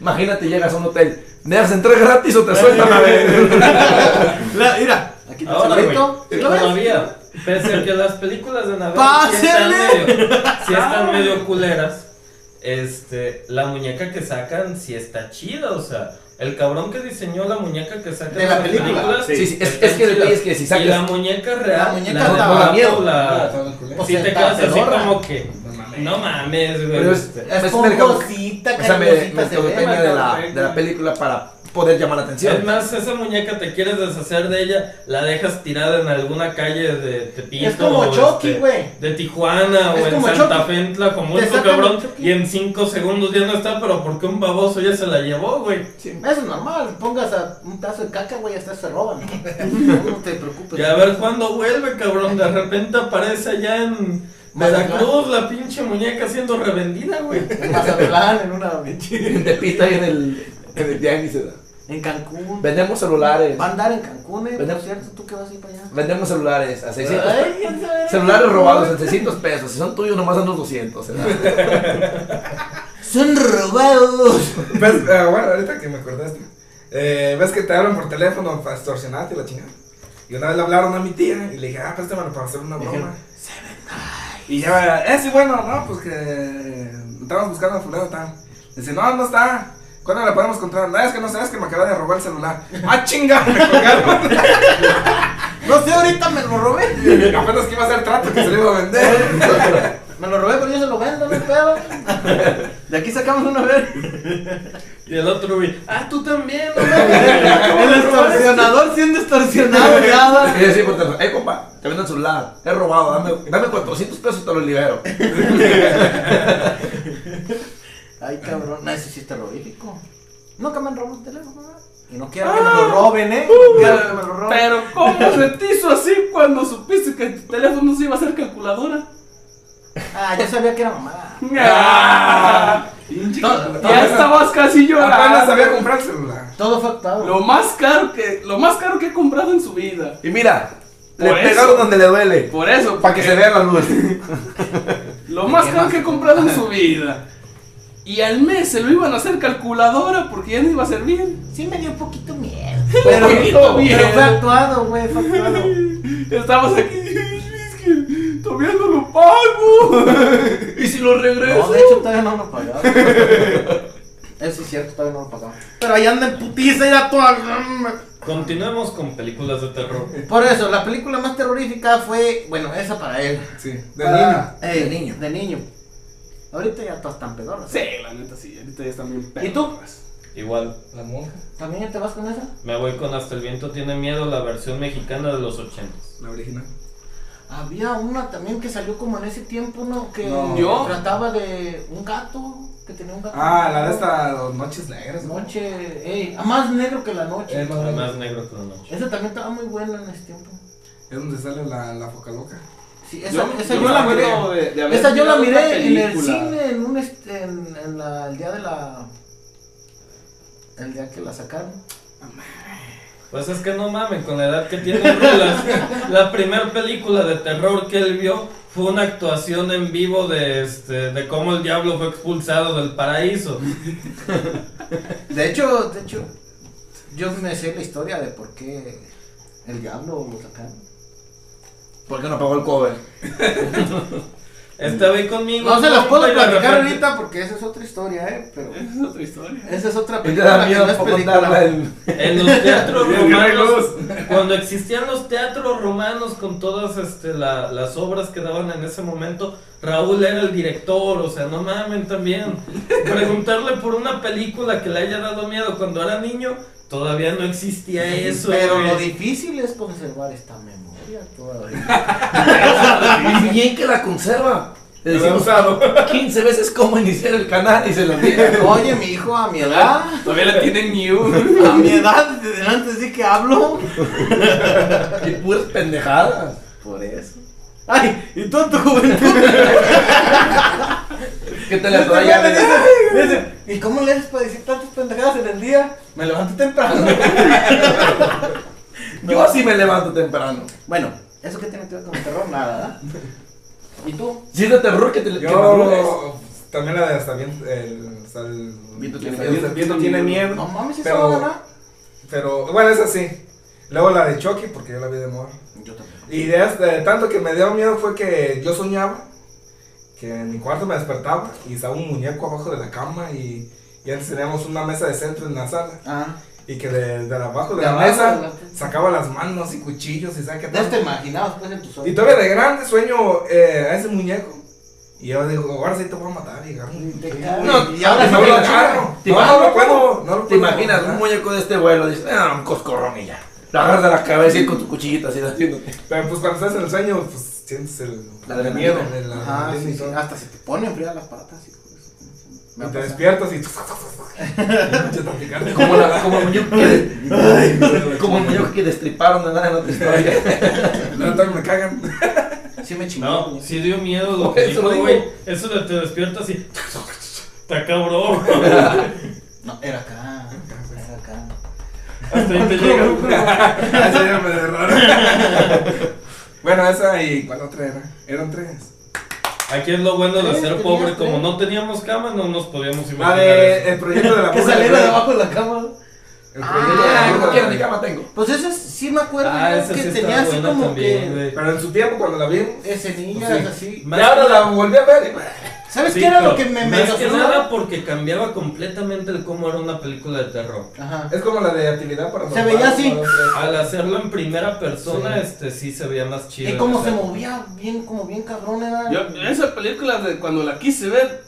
Speaker 5: Imagínate, llegas a un hotel, ¿me dejas entrar gratis o te sueltan a ver?
Speaker 2: La- mira, aquí está
Speaker 4: Ahora,
Speaker 2: el
Speaker 4: Ah,
Speaker 2: segmento.
Speaker 4: güey,
Speaker 2: ¿Sí lo ves?
Speaker 4: Eh, todavía, pese a que las películas de Anabel sí están,
Speaker 2: ¡Pásenle!
Speaker 4: medio, sí están medio culeras, este, la muñeca que sacan sí está chida, o sea, el cabrón que diseñó la muñeca que sacan
Speaker 2: De la película.
Speaker 5: Sí, sí, es, es que el detalle es que si
Speaker 4: y la
Speaker 5: sacas...
Speaker 4: muñeca real,
Speaker 2: muñeca
Speaker 4: de
Speaker 2: daba
Speaker 4: Pato,
Speaker 5: miedo.
Speaker 4: la-
Speaker 3: Ah, todo el culé.
Speaker 2: Pues
Speaker 4: sí te
Speaker 2: está
Speaker 4: quedas así
Speaker 2: pedorra.
Speaker 4: como que,
Speaker 3: No mames.
Speaker 2: güey.
Speaker 4: No mames, güey.
Speaker 5: Pero es-
Speaker 2: Es
Speaker 5: es
Speaker 2: con
Speaker 5: mercado-
Speaker 2: cosita,
Speaker 5: O sea, me,
Speaker 2: cariñosita
Speaker 5: me
Speaker 2: se
Speaker 5: tengo
Speaker 2: ve,
Speaker 5: que depende de la,
Speaker 4: perfecto.
Speaker 5: de la película para poder llamar la
Speaker 4: Es
Speaker 5: atención.
Speaker 4: más, esa muñeca te quieres deshacer de ella, la dejas tirada en alguna calle de Tepito.
Speaker 2: Es como
Speaker 4: o
Speaker 2: Chucky,
Speaker 4: este,
Speaker 2: güey.
Speaker 4: De Tijuana
Speaker 2: Es
Speaker 4: o en
Speaker 2: como
Speaker 4: Santa
Speaker 2: Chucky.
Speaker 4: Fe, en
Speaker 2: Te
Speaker 4: Tlajomulco,
Speaker 2: sacan
Speaker 4: cabrón.
Speaker 2: Chucky.
Speaker 4: Y en 5 segundos ya no está, pero porque un baboso ya se la llevó, güey.
Speaker 2: Eso es normal, pongas a un tazo de caca, güey, hasta se roban. No te preocupes.
Speaker 4: Y a ver cuándo vuelve, cabrón. De repente aparece allá en Veracruz la pinche muñeca siendo revendida, güey.
Speaker 2: En Mazatlán, en una pinche-
Speaker 5: En Tepita y en el, en el tianguis. ¿verdad?
Speaker 2: En Cancún.
Speaker 5: Vendemos celulares.
Speaker 2: Va a andar en Cancún, eh. Por
Speaker 5: Vende-
Speaker 2: cierto, tú que vas a ir para allá.
Speaker 5: Vendemos celulares a 600
Speaker 2: Ay,
Speaker 5: pesos. Celulares robados en 600 pesos. Si son tuyos, nomás dan los ¿eh? 200. ¿verdad?
Speaker 2: Son robados.
Speaker 3: ¿Ves? Eh, bueno, ahorita que me acordaste. Eh, ¿Ves que te hablan por teléfono para extorsionarte y la chingada? Y una vez le hablaron a mi tía y le dije, ah, préstamelo para hacer una broma. Y ya, eh, sí, bueno, no, pues que estábamos buscando a fulano tal. Dice, no, no está. ¿Cuándo la podemos encontrar? No, es que no sabes que me acaba de robar el celular. ¡Ah, chinga! Me colgaron.
Speaker 2: No sé, ahorita me lo robé.
Speaker 3: Apenas que iba a hacer trato que se lo iba a vender.
Speaker 2: Me lo robé, pero yo se lo vendo, no hay pedo. De aquí sacamos una vez.
Speaker 4: Y el otro, güey. Ah, tú también, no
Speaker 2: El
Speaker 4: mames.
Speaker 2: extorsionador siendo extorsionado, nada.
Speaker 5: Y decir, por teléfono, eh, compa, te vendo el celular. He robado, dame, dame 400 pesos y te lo libero.
Speaker 2: Ay, cabrón, no, eso sí está terrorífico. Nunca me han robado un teléfono, ¿verdad? Y no quiero que me lo roben, ¿eh? No quiero que me lo roben.
Speaker 1: Pero ¿cómo se te hizo así cuando supiste que tu teléfono se iba a hacer calculadora?
Speaker 2: Ah, yo sabía que era mamada.
Speaker 1: Ah, pinche calculadora. ya estabas casi
Speaker 3: Apenas sabía
Speaker 1: llorando.
Speaker 3: comprar el celular.
Speaker 2: Todo fue actuado.
Speaker 1: Lo más caro que lo más caro que he comprado en su vida.
Speaker 5: Y mira, le
Speaker 1: Por eso.
Speaker 5: pegaron donde le duele.
Speaker 1: Por eso,
Speaker 5: Para que se
Speaker 1: porque
Speaker 5: vea la luz.
Speaker 1: Lo más
Speaker 2: ¿Qué
Speaker 1: caro
Speaker 2: más?
Speaker 1: que he comprado en su vida. Y al mes se lo iban a hacer calculadora porque ya no iba a servir.
Speaker 2: Sí me dio un poquito miedo.
Speaker 1: Pero,
Speaker 2: Pero fue actuado, güey, fue actuado.
Speaker 1: Estamos aquí. Es que todavía no lo pago. y si lo regreso.
Speaker 2: No, de hecho todavía no lo pagaba. Eso es cierto, todavía no lo pagaba. Pero ahí anda en putiza y la toda.
Speaker 4: Continuemos con películas de terror.
Speaker 2: Por eso, la película más terrorífica fue, bueno, esa para él.
Speaker 3: Sí, de niño.
Speaker 2: Para- eh, de niño. De niño. Ahorita ya todas están pedoras.
Speaker 1: Sí, la neta sí, ahorita ya están bien
Speaker 2: ¿Y tú?
Speaker 1: perras.
Speaker 4: Igual.
Speaker 3: La monja.
Speaker 2: ¿También ya te vas con esa?
Speaker 4: Me voy con Hasta el viento tiene miedo, la versión mexicana de los 80.
Speaker 3: La original.
Speaker 2: Había una también que salió como en ese tiempo, ¿no? Que
Speaker 3: No.
Speaker 1: ¿Yo?
Speaker 2: trataba de un gato, que tenía un gato.
Speaker 3: Ah, la de estas noches negras. ¿no?
Speaker 2: Noche, ey, ah, más negro que la noche.
Speaker 3: Eh,
Speaker 4: Nada más negro que la noche.
Speaker 2: Esa también estaba muy buena en ese tiempo.
Speaker 3: Es donde sale la, la foca loca.
Speaker 2: Sí, esa yo, esa yo,
Speaker 1: me
Speaker 2: la miré.
Speaker 1: acuerdo de- de haber
Speaker 2: Esa yo la
Speaker 1: mirado otra
Speaker 2: miré en el
Speaker 1: película.
Speaker 2: cine, en un este, en, en la, el día de la. El día que la sacaron.
Speaker 4: Pues es que no mamen, con la edad que tiene Rulas, la primera película de terror que él vio fue una actuación en vivo de este de cómo el diablo fue expulsado del paraíso.
Speaker 2: De hecho, de hecho, yo me sé la historia de por qué el diablo lo sacaron.
Speaker 5: ¿Por qué no pagó el cover?
Speaker 4: Esta ve Este conmigo.
Speaker 2: No se las puedo
Speaker 4: compa, y de
Speaker 2: platicar
Speaker 4: repente-
Speaker 2: ahorita porque esa es otra historia, ¿eh? Pero
Speaker 1: Esa es otra historia.
Speaker 2: esa es otra
Speaker 5: Y te
Speaker 2: película
Speaker 5: da
Speaker 2: que
Speaker 5: miedo
Speaker 2: no es
Speaker 5: por
Speaker 2: película.
Speaker 5: contarla el-
Speaker 4: En los teatros
Speaker 1: Y el
Speaker 4: romanos,
Speaker 1: Guerreros.
Speaker 4: cuando existían los teatros romanos con todas este, la- las obras que daban en ese momento, Raúl era el director, o sea, no mamen también. Preguntarle por una película que le haya dado miedo cuando era niño, todavía no existía eso.
Speaker 2: Pero
Speaker 4: güey.
Speaker 2: lo difícil es conservar esta memoria todavía.
Speaker 5: Y bien que la conserva. Le
Speaker 3: Lo he
Speaker 5: decimos
Speaker 3: usado.
Speaker 5: 15 veces cómo iniciar el canal y se lo olvida.
Speaker 2: Oye, mi hijo, a mi edad,
Speaker 1: Todavía la tienen new.
Speaker 2: ¿Eh? a mi edad, antes de que hablo.
Speaker 5: Y puras pendejadas.
Speaker 2: Por eso. Ay, y tú en tu juventud.
Speaker 5: Que te la traía.
Speaker 2: me
Speaker 5: de-
Speaker 2: dice, me dice, ¿y cómo le haces para decir tantas pendejadas en el día? Me levanto temprano.
Speaker 5: Yo así me levanto temprano.
Speaker 2: bueno, eso que tiene que ver con el terror, nada, ¿verdad? ¿Y tú?
Speaker 5: Si es de terror que te que madrugues.
Speaker 3: Yo también la de hasta bien. El, hasta el-
Speaker 5: Viento tiene
Speaker 3: hasta
Speaker 5: miedo.
Speaker 3: viento- viento tiene miedo.
Speaker 2: No mames, esa
Speaker 3: Pero-
Speaker 2: va a ganar.
Speaker 3: Pero bueno, esa sí. Luego la de Chucky, porque yo la vi de amor.
Speaker 2: Yo también.
Speaker 3: Y de, hasta- de tanto que me dio miedo fue que yo soñaba que en mi cuarto me despertaba y estaba un muñeco abajo de la cama y, y antes teníamos una mesa de centro en la sala.
Speaker 2: Ah,
Speaker 3: Y que de, de abajo de,
Speaker 2: De
Speaker 3: la
Speaker 2: abajo
Speaker 3: mesa
Speaker 2: de la-
Speaker 3: sacaba las manos y cuchillos y saca
Speaker 2: no te imaginabas pues en tu
Speaker 3: Y
Speaker 2: sueño.
Speaker 3: todavía de grande sueño eh, a ese muñeco. Y yo digo, ahora sí te voy a matar, digamos.
Speaker 2: No, y ahora
Speaker 5: te
Speaker 2: sí
Speaker 3: no
Speaker 2: te
Speaker 3: lo
Speaker 5: imaginas,
Speaker 3: agarro.
Speaker 5: te
Speaker 3: No,
Speaker 5: imaginas-
Speaker 3: no lo puedo, no lo
Speaker 5: Te
Speaker 3: puedo
Speaker 5: imaginas
Speaker 3: matar.
Speaker 5: un muñeco de este vuelo, dices, ah, un coscorrón y ya. Lo agarras de la cabeza y con tu cuchillita así haciéndote.
Speaker 3: Pero pues cuando estás en el sueño, pues sientes el,
Speaker 2: La
Speaker 3: el
Speaker 2: adrenalina.
Speaker 3: miedo. el
Speaker 2: Ajá,
Speaker 3: adrenalina y
Speaker 2: sí, sí.
Speaker 3: todo.
Speaker 2: Hasta se te ponen frías las patas. hijo de su- Me ha
Speaker 3: Y te
Speaker 2: pasado.
Speaker 3: despiertas y. Pinche taquicardia.
Speaker 5: Como, la, como el muñeco que, ay, como el muñeco que destriparon de nada en otra historia.
Speaker 3: No, entonces me cagan.
Speaker 2: Sí me chingó.
Speaker 4: No,
Speaker 2: güey.
Speaker 4: sí dio miedo lo
Speaker 5: Por
Speaker 4: que
Speaker 5: eso
Speaker 4: dijo,
Speaker 5: digo.
Speaker 4: güey. Eso de te despiertas y. Está cabrón.
Speaker 2: No, era acá. Era acá.
Speaker 4: Hasta ahí te llega.
Speaker 3: Así ya me raro. Bueno, esa y cuál otra era. Eran tres.
Speaker 4: Aquí es lo bueno de
Speaker 2: Sí,
Speaker 4: ser
Speaker 2: tenías
Speaker 4: pobre.
Speaker 2: tres.
Speaker 4: Como no teníamos cama, no nos podíamos
Speaker 3: La
Speaker 4: imaginar.
Speaker 3: de
Speaker 4: eso.
Speaker 3: el proyecto de la
Speaker 2: Que
Speaker 3: burla,
Speaker 2: saliera
Speaker 3: creo.
Speaker 2: debajo de la cama.
Speaker 3: El proyecto de
Speaker 5: Ah,
Speaker 3: la
Speaker 5: no
Speaker 3: burla.
Speaker 5: quiero ni cama tengo.
Speaker 2: Pues eso es- sí me acuerdo
Speaker 4: Ah,
Speaker 2: yo,
Speaker 4: esa
Speaker 2: que
Speaker 4: sí
Speaker 2: tenía
Speaker 4: está
Speaker 2: así
Speaker 4: buena
Speaker 2: como
Speaker 4: también,
Speaker 2: que
Speaker 4: güey.
Speaker 3: Pero en su tiempo, cuando la vi.
Speaker 2: escenillas
Speaker 3: Pues
Speaker 2: así.
Speaker 3: Y ahora la volví a ver. pues,
Speaker 2: ¿Sabes
Speaker 4: Sí,
Speaker 2: qué era
Speaker 4: pero
Speaker 2: lo que me
Speaker 4: Más
Speaker 2: medio
Speaker 4: que
Speaker 2: sonaba?
Speaker 4: nada porque cambiaba completamente el cómo era una película de terror.
Speaker 2: Ajá.
Speaker 3: y- Es como la de actividad para
Speaker 2: Se veía así.
Speaker 4: Al hacerlo en primera persona, este sí se veía más chido.
Speaker 2: Y como
Speaker 4: O
Speaker 2: se
Speaker 4: sea,
Speaker 2: movía bien, como bien cabrón era.
Speaker 1: Yo,
Speaker 5: ¿eh?
Speaker 1: esa película, de cuando la quise ver,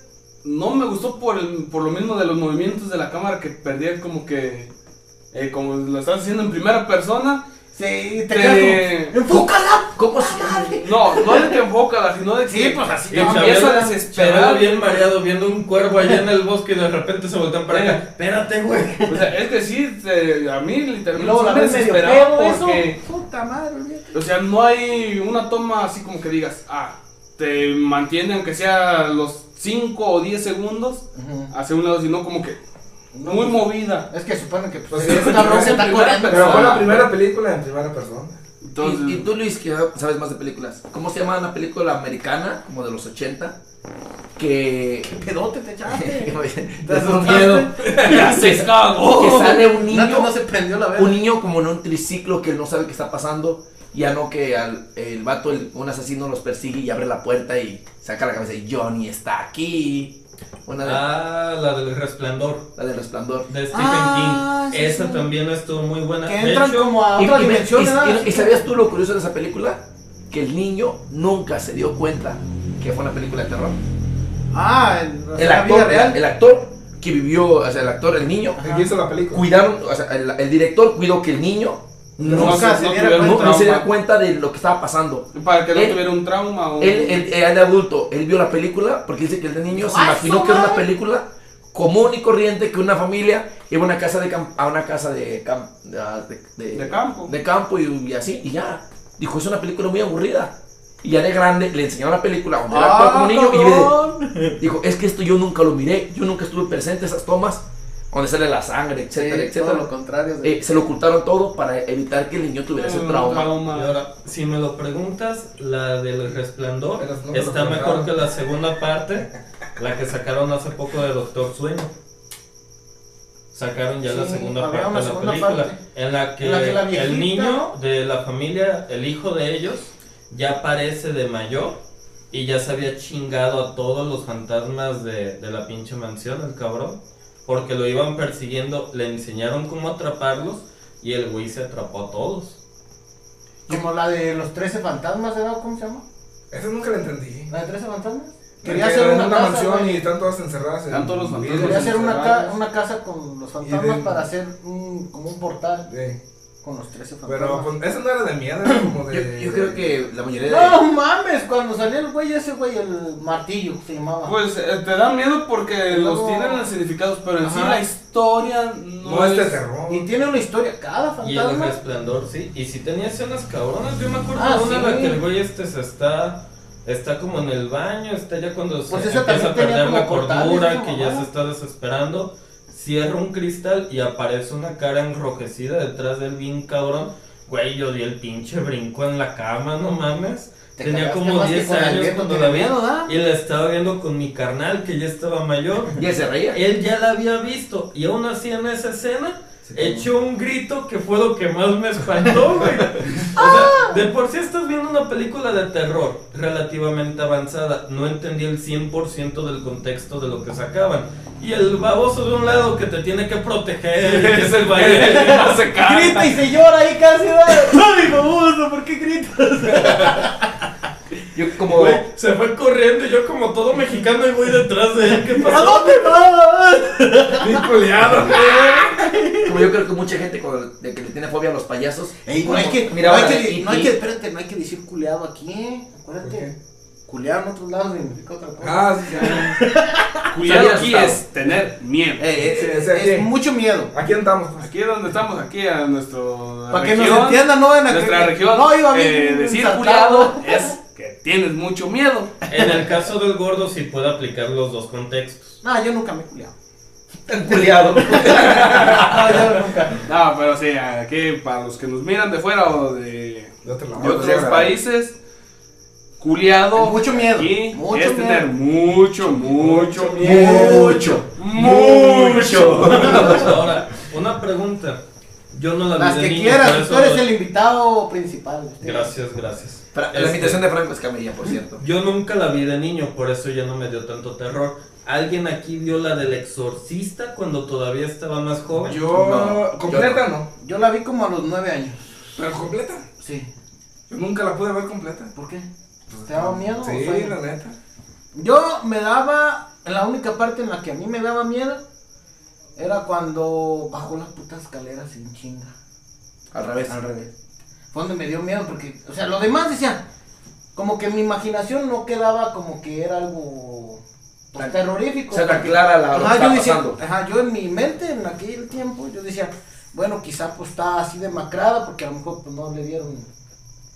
Speaker 1: no me gustó por, el- por lo mismo de los movimientos de la cámara que perdían como que. eh, como lo estás haciendo en primera persona.
Speaker 2: Sí,
Speaker 1: Te-
Speaker 2: te quedas como, ¡Enfócala!
Speaker 5: Este,
Speaker 2: Ah,
Speaker 5: ¿Cómo se
Speaker 1: No, no de que enfócala, sino de que.
Speaker 2: Sí, pues así
Speaker 1: que
Speaker 2: te
Speaker 4: Y Chabelo-
Speaker 1: empieza a
Speaker 4: Chabelo
Speaker 1: desesperar.
Speaker 4: bien mareado viendo un cuervo allá en el bosque y de repente se voltean para acá.
Speaker 1: Eh.
Speaker 4: Espérate, güey.
Speaker 1: O sea, es que sí, te- a mí
Speaker 2: Y
Speaker 1: literalmente
Speaker 2: luego la
Speaker 1: sí me
Speaker 2: ves medio
Speaker 1: desesperaba
Speaker 2: feo, eso.
Speaker 1: porque.
Speaker 5: Eh,
Speaker 2: Puta madre, güey.
Speaker 1: O sea, no hay una toma así como que digas, ah, te mantiene aunque sea los 5 o 10 segundos hacia un lado, sino como que
Speaker 2: No,
Speaker 1: muy
Speaker 2: pues,
Speaker 1: movida.
Speaker 2: Es que supone que pues,
Speaker 3: Pues,
Speaker 2: es
Speaker 3: sí,
Speaker 2: un cabrón que
Speaker 1: sí,
Speaker 2: está
Speaker 1: sí,
Speaker 2: corriendo.
Speaker 3: Pero fue la primera película en primera persona.
Speaker 1: Entonces,
Speaker 5: Y, y tú, Luis, que sabes más de películas, ¿cómo se llama una película americana, como de los 80? Que.
Speaker 2: pedote te echaste.
Speaker 5: Te un miedo.
Speaker 1: ya se cagó.
Speaker 5: Que sale un niño.
Speaker 2: No, no se prendió la
Speaker 5: un
Speaker 2: verga.
Speaker 5: niño como en un triciclo que no sabe qué está pasando. Y ya no que al, el vato, el- un asesino los persigue y abre la puerta y saca la cabeza y Johnny está aquí. Una de,
Speaker 4: Ah, la del resplandor
Speaker 5: la del resplandor.
Speaker 4: de Stephen
Speaker 2: Ah,
Speaker 4: King.
Speaker 2: sí,
Speaker 4: Esa
Speaker 2: sí.
Speaker 4: también estuvo muy buena.
Speaker 2: Que
Speaker 4: de
Speaker 2: entran
Speaker 4: hecho,
Speaker 2: como a
Speaker 5: Y,
Speaker 2: Ah, otra
Speaker 5: y-
Speaker 2: dimensión,
Speaker 5: y-
Speaker 2: ¿verdad?
Speaker 5: y- y sabías tú lo curioso de esa película? Que el niño nunca se dio cuenta que fue una película de terror.
Speaker 2: Ah, en, o sea,
Speaker 5: El
Speaker 2: la vida
Speaker 5: actor,
Speaker 2: real.
Speaker 5: el actor que vivió, o sea, el actor, el niño,
Speaker 3: El que hizo la película.
Speaker 5: cuidaron, o sea, el, el director cuidó que el niño no,
Speaker 2: Nunca
Speaker 5: se,
Speaker 2: se
Speaker 1: no
Speaker 2: diera
Speaker 1: tuvieron
Speaker 5: no-
Speaker 2: cuenta.
Speaker 5: no se
Speaker 1: trauma.
Speaker 5: diera cuenta de lo que estaba pasando.
Speaker 1: Para que no
Speaker 5: Él-
Speaker 1: tuviera un trauma o
Speaker 5: Él, él, él de adulto, él vio la película porque dice que el de niño se
Speaker 2: ¡Ay,
Speaker 5: imaginó
Speaker 2: su
Speaker 5: que era una
Speaker 2: madre!
Speaker 5: película común y corriente que una familia iba a una casa de camp- a una casa de, cam- a- de, de-
Speaker 1: de campo.
Speaker 5: de campo y, y así, y ya. Dijo, es una película muy aburrida. Y ya de grande le enseñaron la película donde él actuaba como
Speaker 2: Ah,
Speaker 5: niño
Speaker 2: cabrón.
Speaker 5: y ve- dijo, es que esto yo nunca lo miré, yo nunca estuve presente a esas tomas donde sale la sangre, etcétera,
Speaker 2: Sí, todo lo
Speaker 5: etcétera.
Speaker 2: contrario. de-
Speaker 5: Eh, se lo ocultaron todo para evitar que el niño tuviera
Speaker 2: Mm,
Speaker 5: ese
Speaker 1: Un
Speaker 5: trauma.
Speaker 4: Y ahora, si me lo preguntas, la del resplandor
Speaker 3: Pero no me lo
Speaker 4: está mejor
Speaker 3: preguntaron.
Speaker 4: que la segunda parte, la que sacaron hace poco de Doctor Sueño. Sacaron ya la
Speaker 2: Sí,
Speaker 4: segunda
Speaker 2: había
Speaker 4: parte
Speaker 2: una
Speaker 4: de la
Speaker 2: segunda
Speaker 4: película.
Speaker 2: parte.
Speaker 4: En la que,
Speaker 2: En la que la viejita,
Speaker 4: el niño
Speaker 2: ¿no?
Speaker 4: de la familia, el hijo de ellos, ya aparece de mayor y ya se había chingado a todos los fantasmas de, de la pinche mansión, el cabrón. Porque lo iban persiguiendo, le enseñaron cómo atraparlos y el güey se atrapó a todos.
Speaker 2: Como la de los 13 fantasmas, ¿verdad? ¿Cómo se llama?
Speaker 3: Esa nunca la entendí.
Speaker 2: ¿La de 13 fantasmas?
Speaker 3: Quería
Speaker 2: Quería hacer una, casa,
Speaker 3: mansión
Speaker 2: güey.
Speaker 3: y están todas encerradas. en
Speaker 1: Están todos los
Speaker 3: vidrio.
Speaker 1: fantasmas.
Speaker 2: Quería hacer una, ca-
Speaker 1: encerrados.
Speaker 2: una casa con los
Speaker 3: Y
Speaker 2: fantasmas
Speaker 3: de-
Speaker 2: para hacer un, como un portal
Speaker 3: Sí.
Speaker 2: con los 13 fantasmas.
Speaker 3: Pero pues, esa no era de miedo, era como
Speaker 5: Yo,
Speaker 3: de.
Speaker 5: yo creo que la mayoría de...
Speaker 2: No mames, cuando salió el güey ese güey, el martillo se llamaba.
Speaker 1: Pues eh, te da miedo porque los
Speaker 2: Luego-
Speaker 1: tienen en significados, pero en sí
Speaker 2: Ajá.
Speaker 1: la historia no,
Speaker 3: No es de
Speaker 1: es-
Speaker 3: terror.
Speaker 2: y tiene una historia cada
Speaker 4: Y el
Speaker 2: fantasma.
Speaker 4: resplandor, sí. Y si tenía escenas cabronas, yo me acuerdo
Speaker 2: Ah,
Speaker 4: de una
Speaker 2: sí.
Speaker 4: en la que el güey este se está. Está como en el baño, está ya cuando se
Speaker 2: Pues esa
Speaker 4: empieza a
Speaker 2: también tenía
Speaker 4: perder la
Speaker 2: como portales,
Speaker 4: cordura,
Speaker 2: esa
Speaker 4: que ya
Speaker 2: mamada.
Speaker 4: se está desesperando. Cierra un cristal y aparece una cara enrojecida detrás del bien cabrón. Güey, yo di el pinche brinco en la cama, no mames.
Speaker 2: Te
Speaker 4: tenía
Speaker 2: cagaste
Speaker 4: como
Speaker 2: más que
Speaker 4: 10
Speaker 2: con el
Speaker 4: años
Speaker 2: viejo
Speaker 4: cuando
Speaker 2: que
Speaker 4: la
Speaker 2: le
Speaker 4: vi.
Speaker 2: miedo da.
Speaker 4: Y la estaba viendo con mi carnal, que ya estaba mayor.
Speaker 5: Ya se reía.
Speaker 4: Él ya la había visto y aún así en esa escena echó un grito que fue lo que más me espantó, güey. O sea, de por sí estás viendo una película de terror relativamente avanzada. No entendí el 100% del contexto de lo que sacaban. Y el baboso de un lado que te tiene que proteger, que es el
Speaker 1: no
Speaker 4: baile.
Speaker 1: se
Speaker 2: Grita
Speaker 1: canta.
Speaker 2: y se llora ahí casi, güey. Ay, famoso, ¿por qué gritas?
Speaker 5: Yo como...
Speaker 4: Güey, Se fue corriendo y yo como todo mexicano y voy detrás de él. ¿Qué
Speaker 5: ¿A
Speaker 4: pasó?
Speaker 5: dónde vas?
Speaker 3: Bien culeado, güey.
Speaker 6: Como yo creo que mucha gente con- de que le tiene fobia a los payasos.
Speaker 2: Ey, no hay que,
Speaker 6: Mira,
Speaker 2: no hay
Speaker 6: ahora,
Speaker 2: que,
Speaker 6: y-
Speaker 2: no hay
Speaker 6: y-
Speaker 2: que, espérate, no hay que decir culeado aquí, ¿eh? Acuérdate.
Speaker 3: ¿Por qué?
Speaker 2: Culeado en otros lados significa otra cosa.
Speaker 3: Ah, sí, sí.
Speaker 1: Cuidado
Speaker 6: Sabía
Speaker 1: aquí
Speaker 6: asustado.
Speaker 1: es tener miedo.
Speaker 2: Eh, eh,
Speaker 3: sí,
Speaker 2: eh,
Speaker 3: sí,
Speaker 2: es
Speaker 3: sí.
Speaker 2: mucho miedo.
Speaker 3: Aquí andamos, pues.
Speaker 1: Aquí es donde estamos, aquí a nuestro.
Speaker 2: Para que nos
Speaker 1: región,
Speaker 2: entiendan, no van a
Speaker 1: Nuestra
Speaker 2: creer que-
Speaker 1: región.
Speaker 2: No, iba bien.
Speaker 1: eh, decir
Speaker 2: ensartado.
Speaker 1: culiado es que tienes mucho miedo.
Speaker 4: En el caso del gordo sí puede aplicar los dos contextos.
Speaker 2: No, yo nunca me he culeado.
Speaker 5: Culiado.
Speaker 2: No, yo nunca.
Speaker 1: No, pero sí, aquí para los que nos miran de fuera o de,
Speaker 3: De otro lado.
Speaker 1: de otros países, culiado.
Speaker 2: Mucho miedo,
Speaker 1: Aquí este
Speaker 2: mucho
Speaker 1: es tener
Speaker 2: miedo.
Speaker 1: mucho, mucho miedo.
Speaker 2: Mucho.
Speaker 1: Mucho.
Speaker 4: Ahora, una pregunta. Yo no la vi
Speaker 2: Las
Speaker 4: de
Speaker 2: que
Speaker 4: niño, por
Speaker 2: quieras,
Speaker 4: eso
Speaker 2: tú eres
Speaker 4: no-
Speaker 2: el invitado principal. este
Speaker 4: Gracias, gracias.
Speaker 6: Fra- La
Speaker 4: Este-
Speaker 6: imitación de Franco Escamilla, por cierto.
Speaker 4: Yo nunca la vi de niño, por eso ya no me dio tanto terror. ¿Alguien aquí vio la del exorcista cuando todavía estaba más joven?
Speaker 3: Yo.
Speaker 6: No,
Speaker 3: completa no.
Speaker 2: Yo la vi como a los nueve años.
Speaker 3: Pero completa.
Speaker 2: Sí.
Speaker 3: Yo nunca la pude ver completa.
Speaker 2: ¿Por qué? ¿Te daba miedo? o
Speaker 3: Sí,
Speaker 2: sueño?
Speaker 3: la neta.
Speaker 2: Yo me daba, la única parte en la que a mí me daba miedo era cuando bajó las putas escaleras sin chinga.
Speaker 6: Al revés.
Speaker 2: Al revés. Fue donde me dio miedo porque, o sea, lo demás decía, como que mi imaginación no quedaba como que era algo pues,
Speaker 6: Tan-
Speaker 2: terrorífico.
Speaker 6: O sea, tan clara la lo que
Speaker 2: Ajá, yo
Speaker 6: está
Speaker 2: decía,
Speaker 6: pasando.
Speaker 2: ajá, yo en mi mente en aquel tiempo yo decía, bueno, quizá pues está así demacrada porque a lo mejor pues no le dieron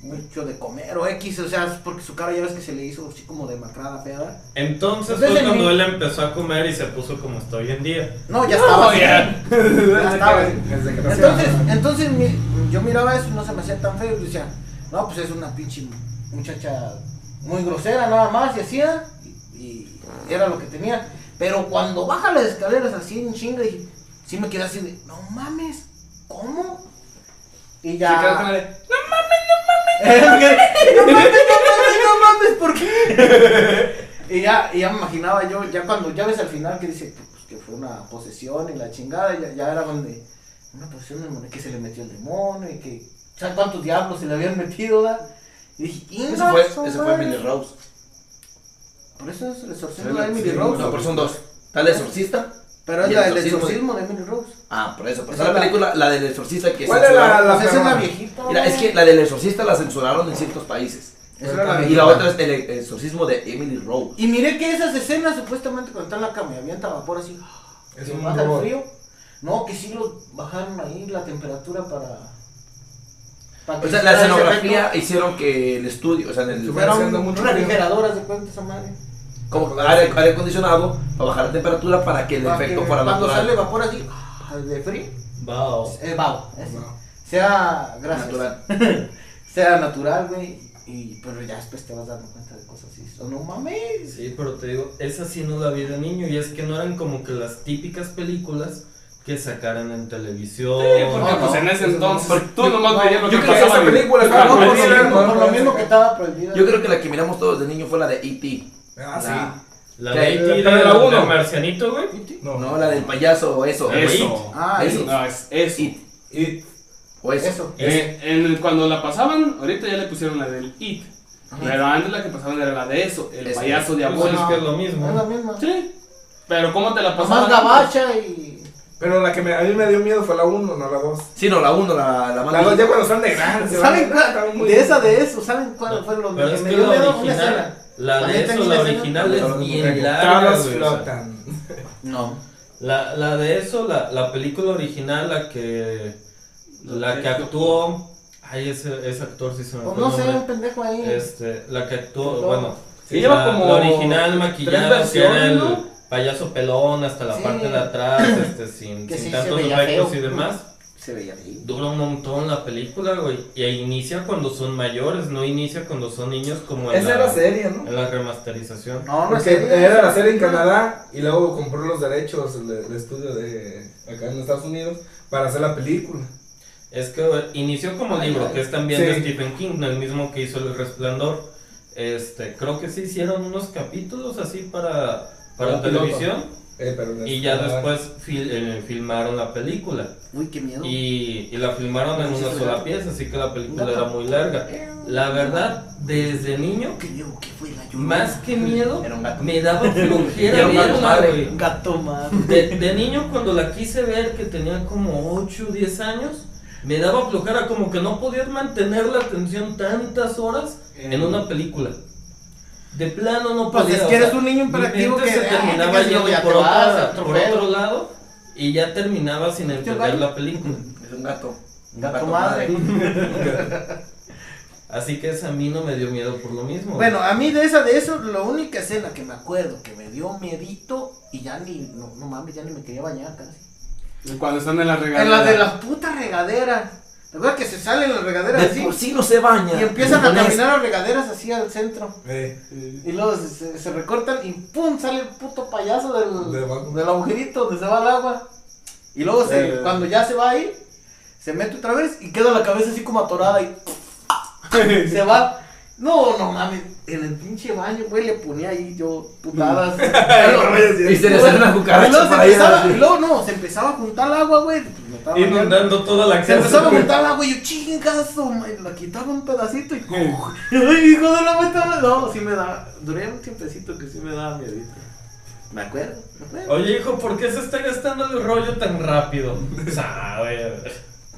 Speaker 2: mucho de comer o X, o sea, es porque su cara ya ves que se le hizo así como demacrada, fea. ¿verdad?
Speaker 4: Entonces
Speaker 2: Pues
Speaker 4: fue
Speaker 2: es el
Speaker 4: cuando
Speaker 2: mi-
Speaker 4: él empezó a comer y se puso como está hoy en día.
Speaker 2: No, ya estaba. así.
Speaker 4: ya.
Speaker 3: Desde
Speaker 2: estaba.
Speaker 3: que- desde que nací.
Speaker 2: Entonces, entonces mi- yo miraba eso y no se me hacía tan feo. Y decía, no, pues es una pinche muchacha muy grosera nada más y hacía. Y, y era lo que tenía. Pero cuando baja las escaleras así en chinga, y sí me quedé así de, no mames, ¿cómo? Y
Speaker 1: Se queda con la
Speaker 2: ya.
Speaker 1: de,
Speaker 2: no mames, no mames, no mames, ¿por qué? Y ya, y ya me imaginaba yo, ya cuando ya ves al final que dice que, pues, que fue una posesión y la chingada, ya, ya era donde una posesión del demonio, que se le metió el demonio y que, o sea, cuántos diablos se le habían metido, ¿da? Y dije,
Speaker 6: Ese
Speaker 2: "Inga
Speaker 6: fue,
Speaker 2: su
Speaker 6: ese fue
Speaker 2: madre".
Speaker 6: Emily Rose.
Speaker 2: Por eso es el
Speaker 6: Sí,
Speaker 2: exorcismo de Emily
Speaker 6: sí,
Speaker 2: Rose.
Speaker 6: No, pero son dos. Está el exorcista.
Speaker 2: Pero es
Speaker 6: y
Speaker 2: la
Speaker 6: el
Speaker 2: del
Speaker 6: exorcismo
Speaker 2: exorcismo de Emily Rose.
Speaker 6: Ah, por eso. Pero está
Speaker 2: Esa
Speaker 6: la
Speaker 2: es la-
Speaker 6: película, la del exorcista que
Speaker 3: ¿Cuál es la,
Speaker 6: censuraron.
Speaker 3: la
Speaker 2: Pues es
Speaker 3: perrona?
Speaker 2: una viejita.
Speaker 6: Ah, Mira, es que la del exorcista la censuraron en ciertos países.
Speaker 2: Esa era la
Speaker 6: Y la
Speaker 2: viejita.
Speaker 6: otra es el exorcismo de Emily Rose.
Speaker 2: Y miré que esas escenas, supuestamente cuando está en la cama y avienta vapor así,
Speaker 3: Es
Speaker 2: que
Speaker 3: un
Speaker 2: baja el
Speaker 3: robot.
Speaker 2: frío. No, que sí lo bajaron ahí la temperatura para. para
Speaker 6: O sea, la
Speaker 2: hiciera ese
Speaker 6: escenografía
Speaker 2: efecto.
Speaker 6: hicieron que el estudio, o sea, en el,
Speaker 3: Estuviera
Speaker 2: Fuera
Speaker 3: haciendo
Speaker 2: un,
Speaker 3: mucho
Speaker 2: un refrigerador, haz de cuenta esa madre.
Speaker 6: como aire, aire acondicionado para bajar la temperatura para que el
Speaker 2: Para
Speaker 6: efecto
Speaker 2: que
Speaker 6: fuera
Speaker 2: cuando sale
Speaker 6: natural.
Speaker 2: vapor así, ah, de frío,
Speaker 4: Wow.
Speaker 2: eh, vago, ese.
Speaker 3: Wow.
Speaker 2: Sea, gracias.
Speaker 6: Natural.
Speaker 2: Sea natural, güey. Y, pero ya después te vas dando cuenta de cosas así. O no mames.
Speaker 4: Sí, pero te digo, esa sí no la vi de niño y es que no eran como que las típicas películas que sacaran en televisión.
Speaker 1: Porque
Speaker 2: No,
Speaker 1: pues
Speaker 2: no,
Speaker 1: en ese
Speaker 3: eso no.
Speaker 1: entonces
Speaker 6: Porque-
Speaker 1: tú nomás
Speaker 6: no,
Speaker 1: veías lo
Speaker 6: yo creo
Speaker 1: que
Speaker 6: que
Speaker 1: pasaba
Speaker 3: esa
Speaker 1: en-
Speaker 3: película
Speaker 1: Ah,
Speaker 3: estaba
Speaker 2: No,
Speaker 1: pues,
Speaker 2: por,
Speaker 3: sí,
Speaker 2: lo,
Speaker 3: no,
Speaker 2: mismo, por
Speaker 3: no,
Speaker 2: lo
Speaker 3: no,
Speaker 2: mismo
Speaker 3: no.
Speaker 2: que estaba prohibida.
Speaker 6: Yo creo que la que miramos todos de niño fue la de E.T. La-
Speaker 3: Ah, sí.
Speaker 4: La
Speaker 6: Que-
Speaker 4: de
Speaker 1: la-
Speaker 4: E.T.
Speaker 1: la
Speaker 4: de la
Speaker 1: uno.
Speaker 4: del marcianito, güey.
Speaker 3: No,
Speaker 6: No, la del payaso, eso.
Speaker 1: Eso.
Speaker 2: Ah,
Speaker 6: Eso.
Speaker 2: eso.
Speaker 1: No, es eso.
Speaker 6: It.
Speaker 3: Y
Speaker 6: O eso.
Speaker 2: Eso.
Speaker 1: Eh, en el- cuando la pasaban, ahorita ya le pusieron la del IT. Pero antes la que pasaban era la de eso, el
Speaker 6: Eso.
Speaker 1: payaso
Speaker 4: Pues es
Speaker 1: diabólico.
Speaker 4: que es
Speaker 2: Es
Speaker 4: lo
Speaker 2: la
Speaker 4: mismo.
Speaker 2: misma.
Speaker 1: Sí. Pero ¿cómo te la pasaban?
Speaker 2: Más gabacha y.
Speaker 3: Pero la que me- a mí me dio miedo fue la 1, no la 2.
Speaker 6: Sí, no, la 1, la, la
Speaker 3: La 2
Speaker 6: más.
Speaker 3: ya cuando están de grandes. se van-
Speaker 2: ¿Saben
Speaker 3: estaban
Speaker 2: cuál?
Speaker 3: muy-
Speaker 2: De esa, de eso, ¿saben cuál fue lo
Speaker 4: Pero
Speaker 2: que
Speaker 4: es
Speaker 2: me
Speaker 4: que
Speaker 2: dio
Speaker 4: la
Speaker 2: miedo? Una escena.
Speaker 4: original, la de
Speaker 2: ¿También
Speaker 4: eso,
Speaker 2: tengo
Speaker 4: la
Speaker 2: una escena?
Speaker 4: original es bien larga,
Speaker 3: Cabras
Speaker 4: güey. o sea,
Speaker 3: flotan.
Speaker 2: No.
Speaker 4: La, la de eso, la, la película original, la que. La que actuó. Ay, ese, ese actor sí se me
Speaker 2: Pues
Speaker 4: fue.
Speaker 2: no sé,
Speaker 4: el
Speaker 2: un
Speaker 4: nombre.
Speaker 2: pendejo ahí.
Speaker 4: Este, la que actuó,
Speaker 2: No.
Speaker 4: bueno.
Speaker 1: Sí, lleva
Speaker 4: la,
Speaker 1: como
Speaker 4: la original maquillada,
Speaker 1: tres
Speaker 4: que era el
Speaker 1: versiones, ¿no?
Speaker 4: payaso pelón hasta la
Speaker 2: Sí.
Speaker 4: parte de atrás, este, sin,
Speaker 2: Que
Speaker 4: sin
Speaker 2: sí se
Speaker 4: tantos
Speaker 2: veía
Speaker 4: efectos
Speaker 2: feo.
Speaker 4: y demás.
Speaker 2: Se veía ahí.
Speaker 4: Dura un montón la película, güey. Y inicia cuando son mayores, no inicia cuando son niños como en,
Speaker 3: Esa
Speaker 4: la,
Speaker 3: era serie, ¿no?
Speaker 4: en la remasterización.
Speaker 2: No, no
Speaker 3: Porque
Speaker 2: sé.
Speaker 3: era la serie en Canadá y luego compró los derechos el, el estudio de acá en Estados Unidos para hacer la película.
Speaker 4: Es que güey, inició como
Speaker 2: Ay,
Speaker 4: libro,
Speaker 2: ay.
Speaker 4: que es también de
Speaker 3: Sí.
Speaker 4: Stephen King, no el mismo que hizo El Resplandor. Este, creo que sí hicieron unos capítulos así para, para
Speaker 3: Un piloto.
Speaker 4: televisión
Speaker 3: Eh, pero en
Speaker 4: y ya
Speaker 3: Canadá.
Speaker 4: después fil- eh, filmaron la película.
Speaker 2: Uy, qué miedo.
Speaker 4: y, y la filmaron en una sola pieza, así que la película
Speaker 2: Gato.
Speaker 4: era muy larga. La verdad, desde niño,
Speaker 2: Qué miedo, ¿qué fue la llorona?
Speaker 4: más que miedo,
Speaker 6: Era un gato.
Speaker 4: me daba flojera
Speaker 6: Era un gato
Speaker 4: verla,
Speaker 6: madre.
Speaker 4: güey.
Speaker 2: Un gato madre.
Speaker 4: De, de niño, cuando la quise ver, que tenía como 8 o 10 años, me daba flojera, como que no podías mantener la atención tantas horas
Speaker 1: Eh,
Speaker 4: en una película. De plano no
Speaker 2: Pues
Speaker 4: podía.
Speaker 2: es
Speaker 4: o
Speaker 2: que eres
Speaker 4: sea,
Speaker 2: un niño
Speaker 4: mi
Speaker 2: imperativo
Speaker 4: mente
Speaker 2: que
Speaker 4: se
Speaker 2: "Ah,
Speaker 4: terminaba
Speaker 2: te
Speaker 4: yendo
Speaker 2: ya te
Speaker 4: por,
Speaker 2: vas,
Speaker 4: otra-
Speaker 2: otro
Speaker 4: por
Speaker 2: pedo".
Speaker 4: otro lado y ya terminaba sin entender
Speaker 2: gallo?
Speaker 4: la película.
Speaker 6: Es un gato. Un
Speaker 2: Gato madre.
Speaker 4: Así que esa a mí no me dio miedo por lo mismo.
Speaker 2: Bueno, a mí de esa, de eso, la única escena que me acuerdo que me dio miedito y ya ni, no, no mames, ya ni me quería bañar casi.
Speaker 1: Cuando están en la regadera.
Speaker 2: En la de la puta regadera. ¿Te acuerdas que se sale en la regadera
Speaker 5: De
Speaker 2: así?
Speaker 5: por sí no se baña.
Speaker 2: Y empiezan a
Speaker 5: Con
Speaker 2: caminar las regaderas así al centro.
Speaker 3: Eh,
Speaker 1: Sí.
Speaker 2: Y luego se, se- se recortan y ¡pum! sale el puto payaso del,
Speaker 3: De abajo.
Speaker 2: del agujerito donde se va el agua. Y luego se,
Speaker 3: Eh.
Speaker 2: cuando ya se va a ir, se mete otra vez y queda la cabeza así como atorada y se va. No, no mames, en el pinche baño, güey, le ponía ahí yo putadas.
Speaker 5: ese- Y se le salen las
Speaker 2: Y luego,
Speaker 5: cucarachas
Speaker 2: se
Speaker 5: para allá.
Speaker 2: empezaba, y luego no, se empezaba a juntar el agua, güey. pues, me estaba bañando.
Speaker 4: inundando toda la
Speaker 2: Se empezaba a
Speaker 5: Este,
Speaker 4: güey.
Speaker 2: montar el agua y yo, chingazo, man, la quitaba un pedacito y ¡Ay, hijo de la puta! No, sí me da, duré un tiempecito que sí me daba miedito. Me acuerdo, me acuerdo.
Speaker 4: Oye, hijo, ¿por qué se está gastando el rollo tan rápido? Sabe.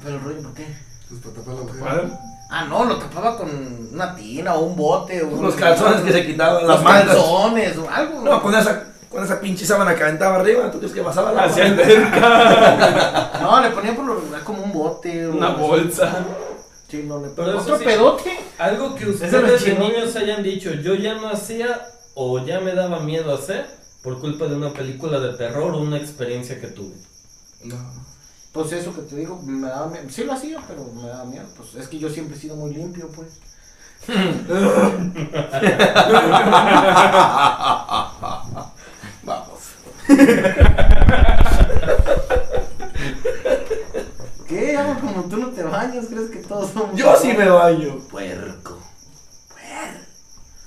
Speaker 2: Pero rollo, ¿por qué?
Speaker 3: pues para tapar la
Speaker 1: ¿Cuál?
Speaker 3: mujer.
Speaker 2: Ah, no, lo tapaba con una tina o un bote o
Speaker 5: Los calzones que se quitaban,
Speaker 2: Los
Speaker 5: las mangas.
Speaker 2: calzones o algo.
Speaker 5: No, con esa, con esa pinche sábana que aventaba arriba, ¿tú crees que pasaba la
Speaker 1: Hacia cerca.
Speaker 2: No, le ponía por lo regular como un bote o
Speaker 1: Una bolsa.
Speaker 2: Sí, no, le
Speaker 4: Pero
Speaker 2: ponía
Speaker 4: eso
Speaker 2: otro
Speaker 4: sí.
Speaker 2: pedote.
Speaker 4: Algo que
Speaker 2: Ese era
Speaker 4: ustedes de
Speaker 2: chingón.
Speaker 4: niños hayan dicho, yo ya no hacía o ya me daba miedo hacer por culpa de una película de terror o una experiencia que tuve.
Speaker 3: No.
Speaker 2: Pues eso que te digo, me daba miedo. Sí lo hacía, pero me daba miedo. Pues es que yo siempre he sido muy limpio, pues.
Speaker 5: Vamos.
Speaker 2: ¿Qué? Hago como tú no te bañas, crees que todos somos.
Speaker 5: Yo sí me baño.
Speaker 2: Puerco.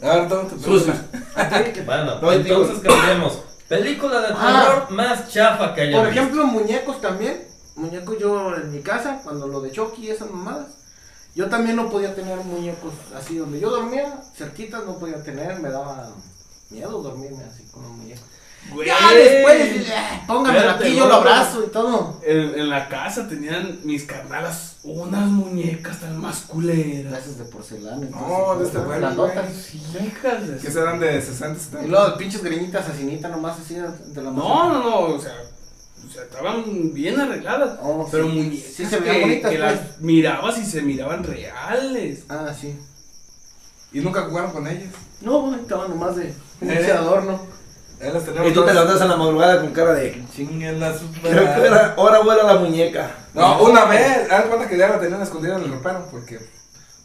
Speaker 3: A ver, toma tu
Speaker 5: Sucio.
Speaker 3: película.
Speaker 4: Bueno,
Speaker 3: No, digo-
Speaker 4: entonces cambiamos. Película de terror
Speaker 2: Ah.
Speaker 4: más chafa que haya
Speaker 2: Por ejemplo, muñecos también. Muñecos yo en mi casa, cuando lo de Chucky y esas mamadas. Yo también no podía tener muñecos así donde yo dormía, cerquitas no podía tener, me daba miedo dormirme así con un muñeco. Ya después, eh, póngamelo
Speaker 4: Espérate,
Speaker 2: aquí, yo lo
Speaker 4: gordo.
Speaker 2: abrazo y todo.
Speaker 1: En, en la casa tenían mis carnalas unas muñecas tan más culeras.
Speaker 2: Gracias de porcelana.
Speaker 3: No, de este güey,
Speaker 2: grandotas.
Speaker 1: Hijas de
Speaker 3: Que serán de 60,
Speaker 2: Y
Speaker 3: 70.
Speaker 2: luego de pinches greñitas asinita nomás así de la
Speaker 1: No, no, no, o sea, o sea, estaban bien arregladas.
Speaker 2: Oh,
Speaker 1: pero
Speaker 2: sí.
Speaker 1: muñecas
Speaker 2: Sí se veían
Speaker 1: que,
Speaker 2: bonitas,
Speaker 1: que
Speaker 2: pues.
Speaker 1: las mirabas y se miraban reales.
Speaker 2: Ah, sí.
Speaker 3: Y nunca jugaron con ellas.
Speaker 2: No, güey, estaba nomás de pinche
Speaker 3: Eh.
Speaker 2: adorno.
Speaker 3: Ahí las tenemos
Speaker 5: Y tú te
Speaker 3: todas.
Speaker 5: levantas en la madrugada con cara de.
Speaker 3: Chinguen la
Speaker 5: Creo que era. Ahora vuela la muñeca.
Speaker 3: No, una vez. Haz cuenta que ya la tenían escondida en el ropero porque.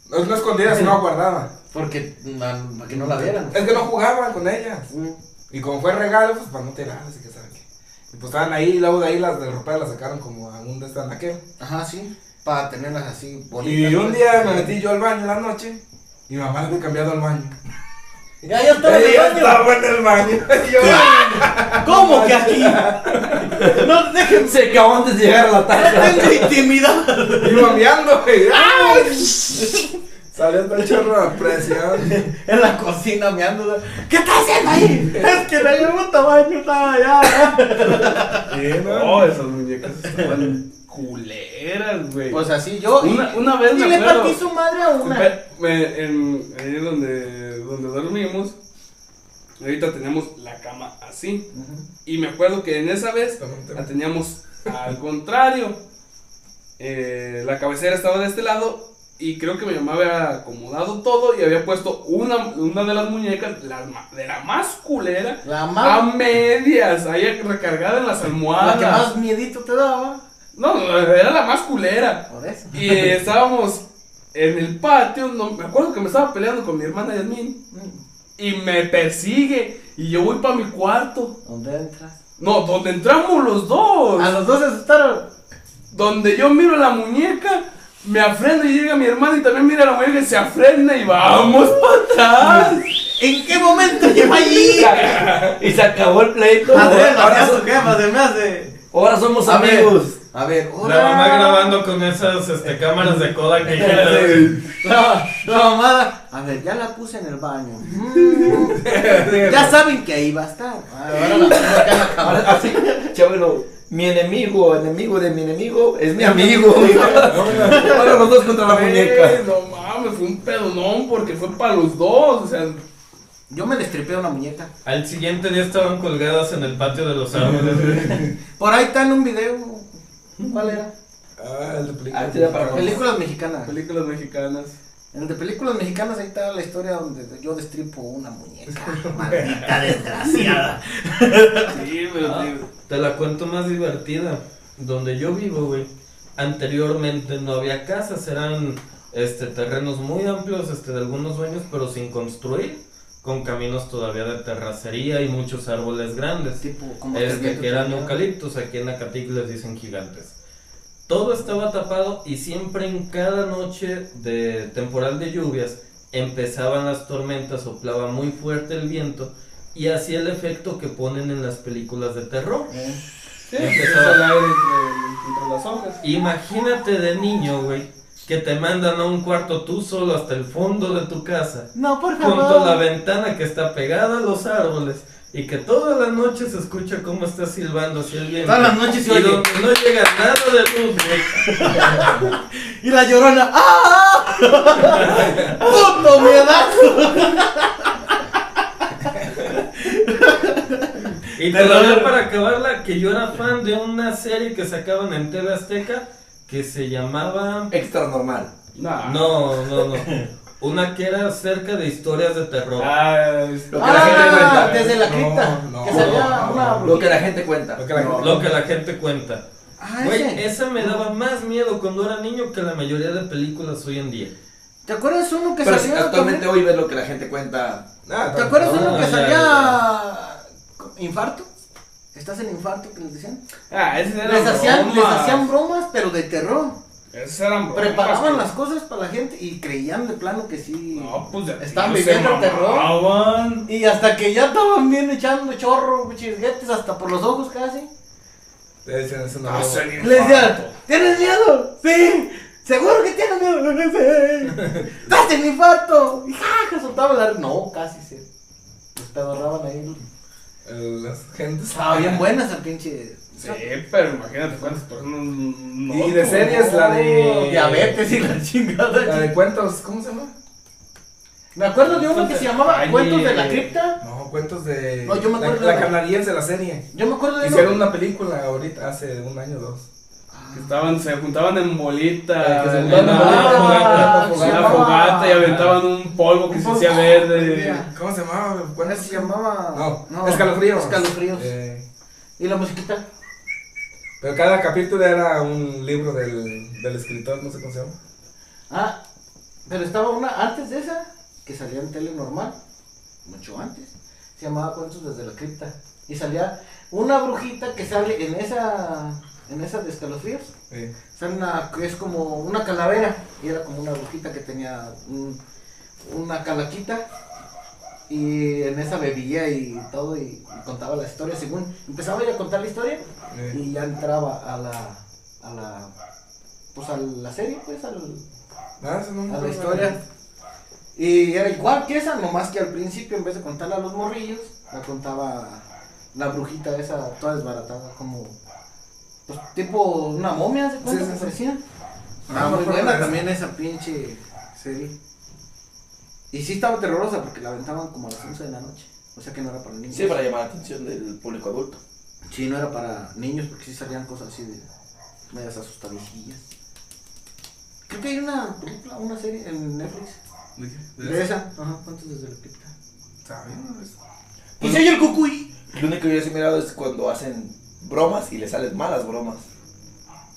Speaker 3: No, no escondida, sino guardada.
Speaker 2: Porque, na- para que no la vieran.
Speaker 3: Es que no jugaban con ellas.
Speaker 2: Mm.
Speaker 3: Y como fue regalo, pues para no tirarlas y que saben qué. Y pues estaban ahí, y luego de ahí las del ropero las sacaron como a un de estas naqueo.
Speaker 2: Ajá, sí. Para tenerlas así bonitas.
Speaker 3: Y un
Speaker 2: pues.
Speaker 3: día me metí yo al baño en la noche. Y mi mamá le había cambiado al baño.
Speaker 2: Ya, ya estaba en el
Speaker 3: Ella
Speaker 2: baño.
Speaker 3: estaba en el baño. Y yo,
Speaker 2: ¿Cómo que aquí? No, déjenme.
Speaker 5: Se acabó antes de llegar a la tarde.
Speaker 2: Tengo intimidad.
Speaker 3: Y mameando, güey. ¡Ay! Salió hasta el chorro de presión.
Speaker 2: En la cocina meando. ¿Qué estás haciendo ahí? Es que no yo puto baño estaba allá.
Speaker 3: Sí, ¿no?
Speaker 1: No, Oh, esas muñecas estaban culeras, güey.
Speaker 2: Pues así yo. y-
Speaker 1: Una- una vez
Speaker 2: Y
Speaker 1: me
Speaker 2: le
Speaker 1: acuerdo.
Speaker 2: partí su madre a una.
Speaker 1: Pe- Pues, me- en, ahí donde, donde dormimos, ahorita tenemos la cama así. Y me acuerdo que en esa vez la teníamos al contrario. Eh, la cabecera estaba de este lado y creo que mi mamá había acomodado todo y había puesto una, una de las muñecas, la, ma- de la más culera,
Speaker 2: La
Speaker 1: a
Speaker 2: más.
Speaker 1: medias, ahí recargada en las
Speaker 2: Ah. La
Speaker 1: almohadas.
Speaker 2: que más miedito te daba.
Speaker 1: No, era la más culera.
Speaker 2: Por eso.
Speaker 1: Y eh, estábamos en el patio, no, me acuerdo que me estaba peleando con mi hermana Yasmin
Speaker 2: Mm.
Speaker 1: y me persigue y yo voy para mi cuarto.
Speaker 2: ¿Dónde entras?
Speaker 1: No, donde entramos los dos.
Speaker 5: Ah.
Speaker 2: A los dos se asustaron.
Speaker 1: Donde yo miro la muñeca, me afrenda y llega mi hermana y también mira la muñeca y se afrenda y vamos para atrás.
Speaker 2: ¿En qué momento llegó allí?
Speaker 5: Y se acabó el pleito.
Speaker 2: Andrés,
Speaker 1: Ah,
Speaker 5: Ahora,
Speaker 2: la
Speaker 5: so-
Speaker 2: su jefa, se me hace.
Speaker 5: ahora somos
Speaker 2: A ver.
Speaker 5: amigos.
Speaker 2: A ver,
Speaker 4: La mamá
Speaker 2: hola.
Speaker 4: grabando con esas este, cámaras de Kodak que
Speaker 2: La, la mamada. A ver, ya la puse en el baño. Mm, ya saben que ahí va a estar. Ahora la pongo acá en la cámara.
Speaker 6: Ahora, así, chabelo, mi enemigo, enemigo de mi enemigo, es mi amigo. Pues,
Speaker 5: Ahora los dos contra la muñeca.
Speaker 1: eh, No mames, fue un pedonón porque fue para los dos. O sea,
Speaker 2: Yo me destripé una muñeca.
Speaker 4: Al siguiente día estaban colgadas en el patio de los árboles. güey.
Speaker 2: Por ahí está en un video. ¿Cuál era?
Speaker 3: Ah, el de película.
Speaker 6: Ah, tira para abajo.
Speaker 2: Películas mexicanas.
Speaker 1: películas mexicanas.
Speaker 2: En el de películas mexicanas ahí está la historia donde yo destripo una muñeca. Maldita desgraciada.
Speaker 1: Sí, pero
Speaker 4: Ah,
Speaker 1: sí.
Speaker 4: te la cuento más divertida. Donde yo vivo, güey. Anteriormente no había casas, eran este terrenos muy amplios, este de algunos dueños, pero sin construir, con caminos todavía de terracería y muchos árboles grandes.
Speaker 2: Tipo, como
Speaker 4: Este,
Speaker 2: Terminator
Speaker 4: que eran
Speaker 2: Terminator.
Speaker 4: eucaliptos, aquí en Acatitl les dicen gigantes. Todo estaba tapado y siempre en cada noche de temporal de lluvias empezaban las tormentas, soplaba muy fuerte el viento y hacía el efecto que ponen en las películas de terror.
Speaker 2: ¿Eh?
Speaker 1: Sí, empieza el aire entre, entre las hojas.
Speaker 4: Imagínate de niño, güey, que te mandan a un cuarto tú solo hasta el fondo de tu casa
Speaker 2: No, por
Speaker 4: junto a la
Speaker 2: favor.
Speaker 4: ventana que está pegada a los árboles y que toda la noche se escucha cómo está silbando así el viento.
Speaker 2: Todas las noches se
Speaker 4: y
Speaker 2: oye.
Speaker 4: no, no llega nada de luz, güey.
Speaker 2: Y la llorona. ¡Ah! ¡Puto miedazo!
Speaker 4: Y
Speaker 2: De
Speaker 4: todavía
Speaker 2: verdad.
Speaker 4: para acabarla, que yo era fan de una serie que sacaban en TV Azteca que se llamaba...
Speaker 6: Extra normal.
Speaker 1: Nah.
Speaker 4: No, no, no. Una que era acerca de historias de terror.
Speaker 1: Ah, es-
Speaker 6: Lo que la gente
Speaker 2: Ah,
Speaker 6: cuenta.
Speaker 2: desde la
Speaker 3: No,
Speaker 2: cripta.
Speaker 3: no,
Speaker 2: que salía
Speaker 3: no,
Speaker 2: una
Speaker 6: Lo que la gente cuenta.
Speaker 3: Lo que la gente-
Speaker 4: Lo que la gente cuenta.
Speaker 2: Ah,
Speaker 4: Güey,
Speaker 2: ese.
Speaker 4: esa me daba más miedo cuando era niño que la mayoría de películas hoy en día.
Speaker 2: ¿Te acuerdas uno que
Speaker 6: Pero si
Speaker 2: salía?
Speaker 6: actualmente hoy
Speaker 2: también?
Speaker 6: ves lo que la gente cuenta.
Speaker 3: Ah,
Speaker 2: ¿Te acuerdas
Speaker 4: No,
Speaker 2: uno que
Speaker 4: ya,
Speaker 2: salía con- infarto? ¿Estás en infarto que les decían?
Speaker 1: Ah, esas eran
Speaker 2: Les hacían, les
Speaker 1: bromas.
Speaker 2: hacían bromas, pero de terror.
Speaker 1: Esas eran bromas,
Speaker 2: Preparaban
Speaker 3: Este,
Speaker 1: que-
Speaker 2: las cosas para la gente y creían de plano que sí.
Speaker 1: No, pues de
Speaker 2: Estaban
Speaker 1: se
Speaker 2: viviendo el terror.
Speaker 1: mamaban.
Speaker 2: Y hasta que ya estaban bien echando chorro, chisguetes, hasta por los ojos casi.
Speaker 3: Te dicen eso no.
Speaker 1: Ah, se
Speaker 2: Le decían, ¿tienes miedo? Sí. ¿Seguro que tienes miedo? No sé. ¡Estás en infarto! Y jaja, soltaban la... No, casi sí. Los pedorraban ahí.
Speaker 3: El- Las gentes.
Speaker 2: Estaba bien buenas el pinche...
Speaker 1: Sí, pero imagínate cuántas personas no.
Speaker 3: Y de series, la de.
Speaker 2: Oh, Diabetes y la
Speaker 3: La
Speaker 2: chingada.
Speaker 3: de cuentos, ¿cómo se llama?
Speaker 2: Me acuerdo de uno que se llamaba
Speaker 4: Ay,
Speaker 2: Cuentos de la
Speaker 4: eh.
Speaker 2: Cripta.
Speaker 3: No, cuentos de.
Speaker 2: No, yo me acuerdo
Speaker 3: La,
Speaker 2: de-
Speaker 3: la canadiense, la serie.
Speaker 2: Yo me acuerdo de uno.
Speaker 3: Hicieron una película ahorita, hace un año o dos.
Speaker 1: Que estaban, se juntaban en bolita.
Speaker 3: Eh, que se
Speaker 1: en
Speaker 3: juntaban
Speaker 1: una
Speaker 3: en bolita,
Speaker 1: fogata,
Speaker 3: en una
Speaker 1: en una
Speaker 3: fogata.
Speaker 1: fogata y aventaban un polvo que se
Speaker 2: Ah, Un
Speaker 1: hacía
Speaker 2: polvo.
Speaker 1: verde.
Speaker 3: ¿Cómo se llamaba?
Speaker 2: ¿Cuál se llamaba?
Speaker 3: No, escalofríos.
Speaker 2: Escalofríos.
Speaker 3: Eh,
Speaker 2: ¿Y la musiquita?
Speaker 3: pero cada capítulo era un libro del, del escritor, no sé cómo se llama.
Speaker 2: Ah, pero estaba una antes de esa, que salía en tele normal, mucho antes. Se llamaba Cuentos desde la cripta. Y salía una brujita que sale en esa, en esa de escalofríos.
Speaker 3: Eh,
Speaker 2: Sale una, que es como una calavera. Y era como una brujita que tenía un- una calaquita. Y en esa bebía y todo y, y contaba la historia según. Empezaba ella a contar la historia
Speaker 3: eh.
Speaker 2: y ya entraba a la, a la, pues a la serie, pues al,
Speaker 3: Nada, eso no me
Speaker 2: a la
Speaker 3: acuerdo.
Speaker 2: historia. Y era igual que esa, nomás que al principio, en vez de contarla a los morrillos, la contaba la brujita esa, toda desbaratada, como pues, tipo una momia, ¿se cuenta?
Speaker 3: Sí, sí, sí.
Speaker 2: Parecía.
Speaker 3: Ah,
Speaker 2: Ah, muy
Speaker 3: no,
Speaker 2: buena
Speaker 3: no, no.
Speaker 2: también esa pinche serie. Y sí estaba terrorosa porque la aventaban como a las 11 de la noche. O sea que no era para niños.
Speaker 6: Sí, para llamar la atención del público adulto.
Speaker 2: Sí, no era para niños porque sí salían cosas así de medias asustadillas. Creo que hay una película, una serie en Netflix. De esa. Ajá, ¿cuántos desde la cripta?
Speaker 3: Está bien, pues.
Speaker 2: Y se oye el cucuy.
Speaker 6: Lo único que yo sí he mirado es cuando hacen bromas y le salen malas bromas.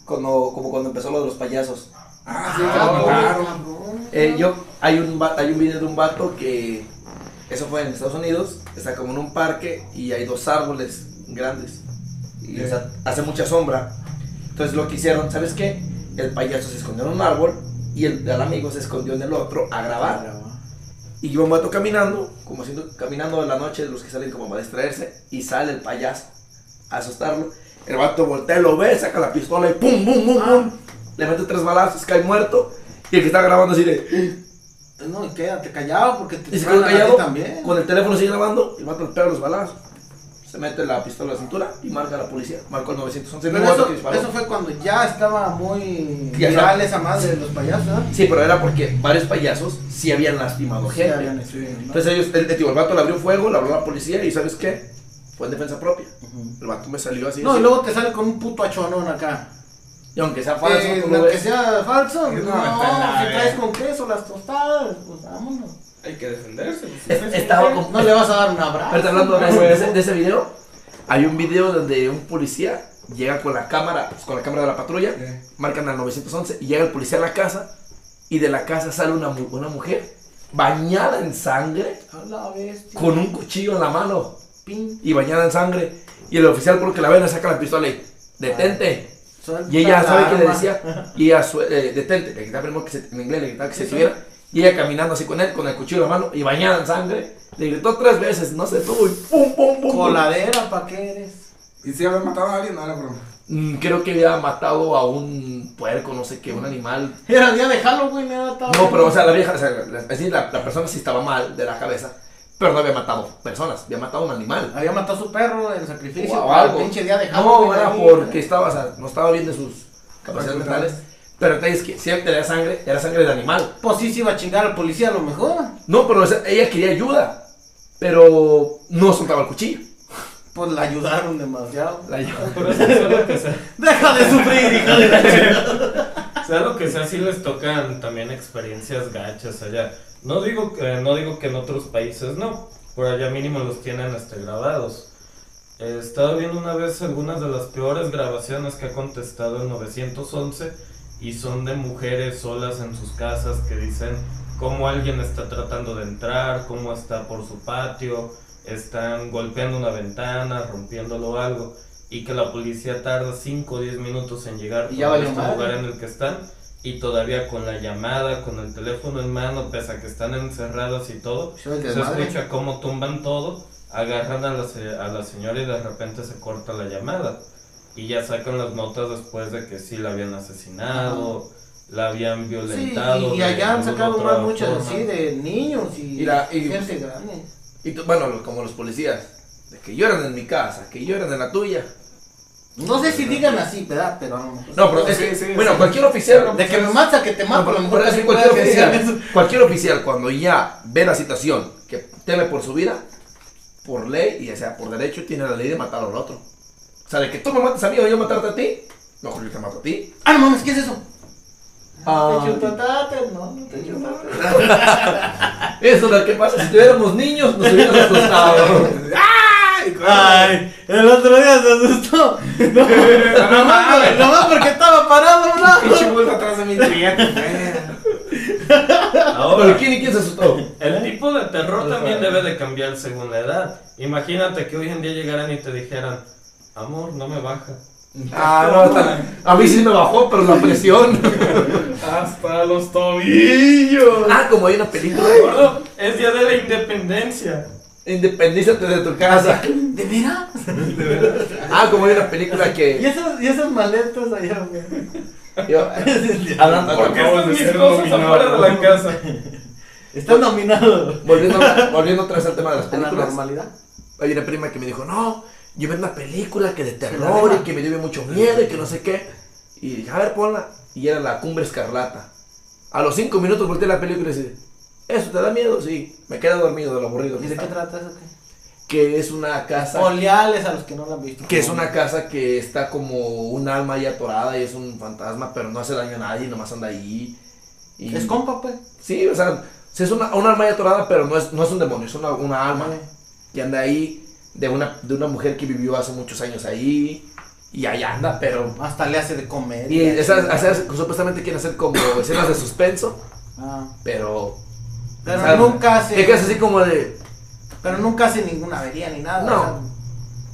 Speaker 6: Cuando, como cuando empezó lo de los payasos.
Speaker 3: Ah, sí,
Speaker 2: Ah,
Speaker 3: claro.
Speaker 2: cabrón.
Speaker 6: Eh, yo, hay un, va- hay un video de un vato que, eso fue en Estados Unidos, está como en un parque y hay dos árboles grandes y les ha- hace mucha sombra. Entonces lo que hicieron, ¿sabes qué? El payaso se escondió en un árbol y el, el amigo se escondió en el otro a
Speaker 2: Ah,
Speaker 6: grabar. Y yo un vato caminando, como haciendo, caminando en la noche, de los que salen como para distraerse, y sale el payaso a asustarlo.
Speaker 5: El vato voltea, lo ve, saca la pistola y pum, pum, pum, pum. Le mete tres balazos, cae muerto. Y el que está grabando así de.
Speaker 2: No, y quédate callado porque te
Speaker 5: Y se
Speaker 2: van
Speaker 5: quedó
Speaker 2: a ti
Speaker 5: callado.
Speaker 2: también.
Speaker 5: Con el teléfono sigue grabando. El vato le pega los balazos. Se mete la pistola a la cintura y marca a la policía. Marcó el 911.
Speaker 2: Pero
Speaker 5: Mismo vato
Speaker 2: eso,
Speaker 5: que disparó.
Speaker 2: eso fue cuando ya estaba muy
Speaker 5: Ya
Speaker 2: viral
Speaker 5: está.
Speaker 2: esa madre de los payasos, ¿no?
Speaker 5: Sí, pero era porque varios payasos sí habían lastimado gente. Entonces ellos, el, el, tío, el vato le abrió fuego, le habló a la policía y ¿sabes qué? Fue en defensa propia. El vato me salió así.
Speaker 2: No,
Speaker 5: así.
Speaker 2: y luego te sale con un puto achonón acá.
Speaker 5: Y aunque sea falso,
Speaker 2: Eh,
Speaker 5: tú lo
Speaker 2: lo que
Speaker 5: ves.
Speaker 2: sea falso, no,
Speaker 3: No, está nada,
Speaker 2: si traes
Speaker 3: eh.
Speaker 2: con queso las tostadas, pues vámonos.
Speaker 1: Hay que defenderse. pues,
Speaker 5: Es-
Speaker 1: ¿sabes?
Speaker 5: estaba con-
Speaker 2: No le vas a dar un abrazo.
Speaker 5: Ahorita hablando de ese, de ese- de ese video, hay un video donde un policía llega con la cámara, pues, con la cámara de la patrulla,
Speaker 3: Eh.
Speaker 5: marcan al 911 y llega el policía a la casa y de la casa sale una, mu- una mujer bañada en sangre
Speaker 2: A la bestia.
Speaker 5: con un cuchillo en la mano
Speaker 2: Pin,
Speaker 5: y bañada en sangre y el oficial porque la ve le saca la pistola y detente
Speaker 2: suelta
Speaker 5: y ella
Speaker 2: la
Speaker 5: sabe que le
Speaker 2: arma.
Speaker 5: decía y ella sue- eh, detente le gritaba primero que se, en inglés le gritaba que se tuviera y ella caminando así con él con el cuchillo en la mano y bañada en sangre le gritó tres veces no se tuvo y pum pum pum, pum.
Speaker 2: Coladera, ¿pa' qué eres?
Speaker 3: ¿Y si habían matado a alguien? No era broma.
Speaker 5: Mm, creo que había matado a un puerco no sé qué un animal
Speaker 2: Era día de Halloween, era estaba
Speaker 5: No, pero o sea, la vieja, o sea, la, es decir, la, la persona sí estaba mal de la cabeza, pero no había matado personas, había matado a un animal.
Speaker 2: Había matado a su perro en sacrificio.
Speaker 5: O
Speaker 2: para el
Speaker 5: algo.
Speaker 2: Pinche día de Halloween.
Speaker 5: No, era
Speaker 2: ahí.
Speaker 5: porque estaba, o sea, no estaba bien de sus capacidades mentales. Pero el detalle es que siempre era sangre, era sangre de animal.
Speaker 2: Pues sí se iba a chingar al policía a lo mejor.
Speaker 5: No, pero o sea, ella quería ayuda, pero no soltaba el cuchillo.
Speaker 2: Pues la ayudaron demasiado.
Speaker 5: La llevaba.
Speaker 4: Por eso sea lo que sea,
Speaker 2: Deja de sufrir, hija de la chingada.
Speaker 4: sea lo que sea, sí les tocan también experiencias gachas allá. No digo que, no digo que en otros países no, por allá mínimo los tienen este, grabados. He estado viendo una vez algunas de las peores grabaciones que ha contestado el 911 y son de mujeres solas en sus casas que dicen cómo alguien está tratando de entrar, cómo está por su patio, están golpeando una ventana, rompiéndolo o algo y que la policía tarda 5 o 10 minutos en llegar
Speaker 2: Y ya
Speaker 4: por
Speaker 2: valió madre.
Speaker 4: lugar en el que están y todavía con la llamada, con el teléfono en mano, pese a que están encerradas y todo, se escucha cómo tumban todo, agarran a la, se- a la señora y de repente se corta la llamada. Y ya sacan las notas después de que sí la habían asesinado, la habían
Speaker 2: Sí,
Speaker 4: violentado.
Speaker 2: y
Speaker 4: de
Speaker 2: allá han
Speaker 4: alguna
Speaker 2: sacado
Speaker 4: otra
Speaker 2: más muchas
Speaker 4: forma.
Speaker 2: así de niños y,
Speaker 5: Y la- y-
Speaker 2: gente grande.
Speaker 5: Y tú- bueno, como los policías, de que lloran en mi casa, que lloran en la tuya.
Speaker 2: No sé si digan así, ¿verdad? Pero a lo mejor.
Speaker 5: No, pero es que, bueno, cualquier oficial,
Speaker 2: De que me mata, que te
Speaker 5: No,
Speaker 2: mato, a
Speaker 5: pero-
Speaker 2: lo mejor
Speaker 5: pero es
Speaker 2: también
Speaker 5: cualquier,
Speaker 2: puede que pues digan eso.
Speaker 5: oficial, cualquier oficial, cuando ya ve la situación que teme por su vida, por ley y o sea por derecho, tiene la ley de matar al otro. O sea, de que tú me mates a mí o yo matarte a ti, mejor yo te mato a ti.
Speaker 2: Ah, no mames, ¿qué es eso?
Speaker 5: Ah.
Speaker 2: Te chutatate, no, no te chutatate.
Speaker 5: Eso es lo que pasa. Si tuviéramos niños, nos hubieran asustado.
Speaker 2: Ay, el otro día se asustó. No, nomás, nomás porque estaba parado,
Speaker 3: Pinche
Speaker 2: ¿no?
Speaker 3: bulto atrás de mi cliente, güey.
Speaker 4: Ahora,
Speaker 5: Pero ¿quién y quién se asustó?
Speaker 4: El
Speaker 2: ¿Eh?
Speaker 4: tipo de terror también debe de cambiar según la edad. Imagínate que hoy en día llegaran y te dijeran, amor, no me baja.
Speaker 5: Ah, no, hasta- a mí sí me bajó, pero la presión.
Speaker 1: Hasta los tobillos.
Speaker 5: Ah, como hay una película.
Speaker 4: Gordo, es día de la independencia.
Speaker 5: Independízate de tu casa.
Speaker 2: ¿De veras?
Speaker 5: Ah, como hay una película
Speaker 2: ¿Y
Speaker 5: que.
Speaker 2: esas, y esas maletas allá, güey.
Speaker 5: yo- hablando,
Speaker 4: Porque
Speaker 1: Acabas
Speaker 4: son
Speaker 1: de
Speaker 4: mis
Speaker 1: ser
Speaker 4: cosas
Speaker 1: dominado.
Speaker 4: afuera de la casa.
Speaker 2: Está nominado.
Speaker 5: volviendo, volviendo otra vez al tema de las
Speaker 2: A la
Speaker 5: películas.
Speaker 2: normalidad.
Speaker 5: Hay una prima que me dijo, no, yo vi una película que de
Speaker 2: la
Speaker 5: terror
Speaker 2: deja.
Speaker 5: y que me dio mucho miedo y que no sé qué. Y dije, a ver, ponla. Y era La Cumbre Escarlata. A los cinco minutos volteé la película y dije, ¿eso te da miedo? Sí, me quedé dormido de lo aburrido.
Speaker 2: ¿Y
Speaker 5: que
Speaker 2: de qué
Speaker 5: estaba.
Speaker 2: trata eso? qué?
Speaker 5: Que es una casa,
Speaker 2: Oleales a los que no la han visto.
Speaker 5: que es una casa que está como un alma ahí atorada y es un fantasma, pero no hace daño a nadie, nomás anda ahí. Y-
Speaker 2: Es compa, pues.
Speaker 5: Sí, o sea, sí es una, una alma ahí atorada, pero no es, no es un demonio, es una, una alma.
Speaker 2: Vale.
Speaker 5: que anda ahí de una, de una mujer que vivió hace muchos años ahí y ahí anda, pero...
Speaker 2: Hasta le hace de Ah. comer.
Speaker 5: Y esas, esas supuestamente quieren hacer como escenas de suspenso,
Speaker 2: Ah.
Speaker 5: pero...
Speaker 2: Pero
Speaker 5: o sea,
Speaker 2: nunca hace.
Speaker 5: Te quedas así como de...
Speaker 2: Pero nunca hace ninguna avería ni nada.
Speaker 5: No.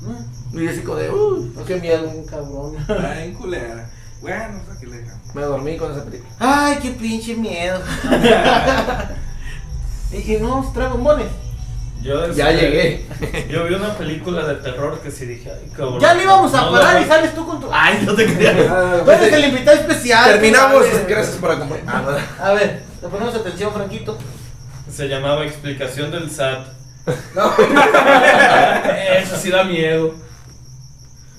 Speaker 2: o sea,
Speaker 5: Y así como de... Uy, qué miedo.
Speaker 2: un cabrón.
Speaker 3: Ay, culera. Bueno, o sea, que le dejamos.
Speaker 5: Me dormí con esa película.
Speaker 2: Ay, qué pinche miedo. Dije, no, traigo bombones.
Speaker 4: Yo,
Speaker 3: Ya
Speaker 4: este,
Speaker 3: llegué.
Speaker 4: Yo vi una película de terror que sí dije, ay, cabrón.
Speaker 2: Ya le íbamos a
Speaker 4: no
Speaker 2: parar
Speaker 4: la-
Speaker 2: y sales tú con tu. Ay, no te
Speaker 7: Ah,
Speaker 3: Pues
Speaker 2: Tú eres el invitado especial.
Speaker 5: Terminamos.
Speaker 2: A ver,
Speaker 5: Gracias por acompañarnos. Ah,
Speaker 2: A ver, te ponemos atención, Franquito.
Speaker 4: Se llamaba Explicación del SAT.
Speaker 1: Eso sí da miedo.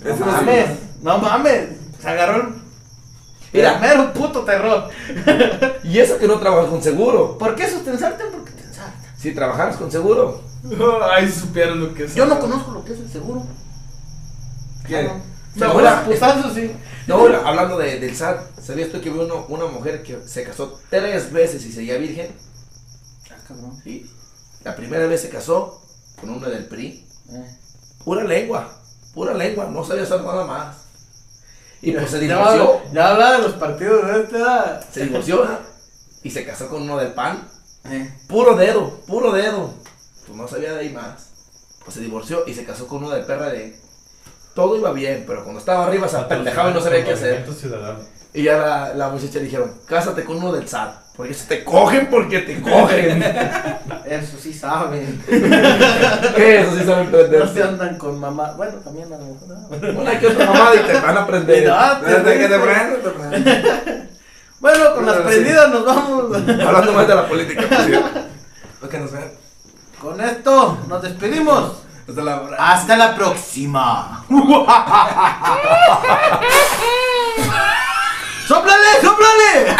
Speaker 2: No
Speaker 3: é
Speaker 2: mames, no mames. Se agarró el. Mira, mero puto terror.
Speaker 3: Y eso que no trabajas con seguro.
Speaker 2: ¿Por qué sustensarte? Porque te ensartan.
Speaker 3: Si trabajaras con seguro.
Speaker 1: Ay, supieron lo que es.
Speaker 2: Yo no conozco lo que es el seguro.
Speaker 5: ¿Qué?
Speaker 2: Ah,
Speaker 3: No,
Speaker 2: no.
Speaker 3: ahora-
Speaker 2: Seguros putazos, sí.
Speaker 5: No, ahora, hablando de- del SAT, ¿sabías tú que hubo uno- una mujer que se casó tres veces y seguía virgen?
Speaker 2: Ah, cabrón.
Speaker 5: Y la primera vez se casó con uno del PRI.
Speaker 2: Eh.
Speaker 5: Pura lengua, pura lengua, no sabía hacer nada más. Y pues se
Speaker 2: Ya, habla-
Speaker 5: divorció,
Speaker 2: ya habla de los partidos de esta edad.
Speaker 5: se divorció ¿ah? y se casó con uno del PAN.
Speaker 2: Eh.
Speaker 5: Puro dedo, puro dedo. Pues no sabía de ahí más. Pues se divorció y se casó con uno del PRD. Todo iba bien, pero cuando estaba arriba se apendejaba y no sabía qué hacer.
Speaker 4: Movimiento Ciudadano.
Speaker 5: Y ya la, la muchacha le dijeron, cásate con uno del SAT. Porque se te cogen porque te cogen.
Speaker 2: Eso sí saben.
Speaker 3: ¿Qué? Eso sí saben
Speaker 2: No se
Speaker 3: prender.
Speaker 2: andan con mamá. Bueno, también a lo mejor. ¿no?
Speaker 3: Una que otra mamada y te van a prender.
Speaker 2: Ah, te
Speaker 7: Desde
Speaker 3: é
Speaker 7: que
Speaker 2: viste.
Speaker 7: te prendo, te prendo.
Speaker 2: Bueno, con las
Speaker 7: Bueno, sí.
Speaker 2: prendidas nos vamos.
Speaker 3: Hablando más de la política. por cierto.
Speaker 7: Lo que nos ven.
Speaker 2: Con esto nos despedimos.
Speaker 7: Hasta la
Speaker 2: Hasta la próxima. ¡Sóplale, sóplale!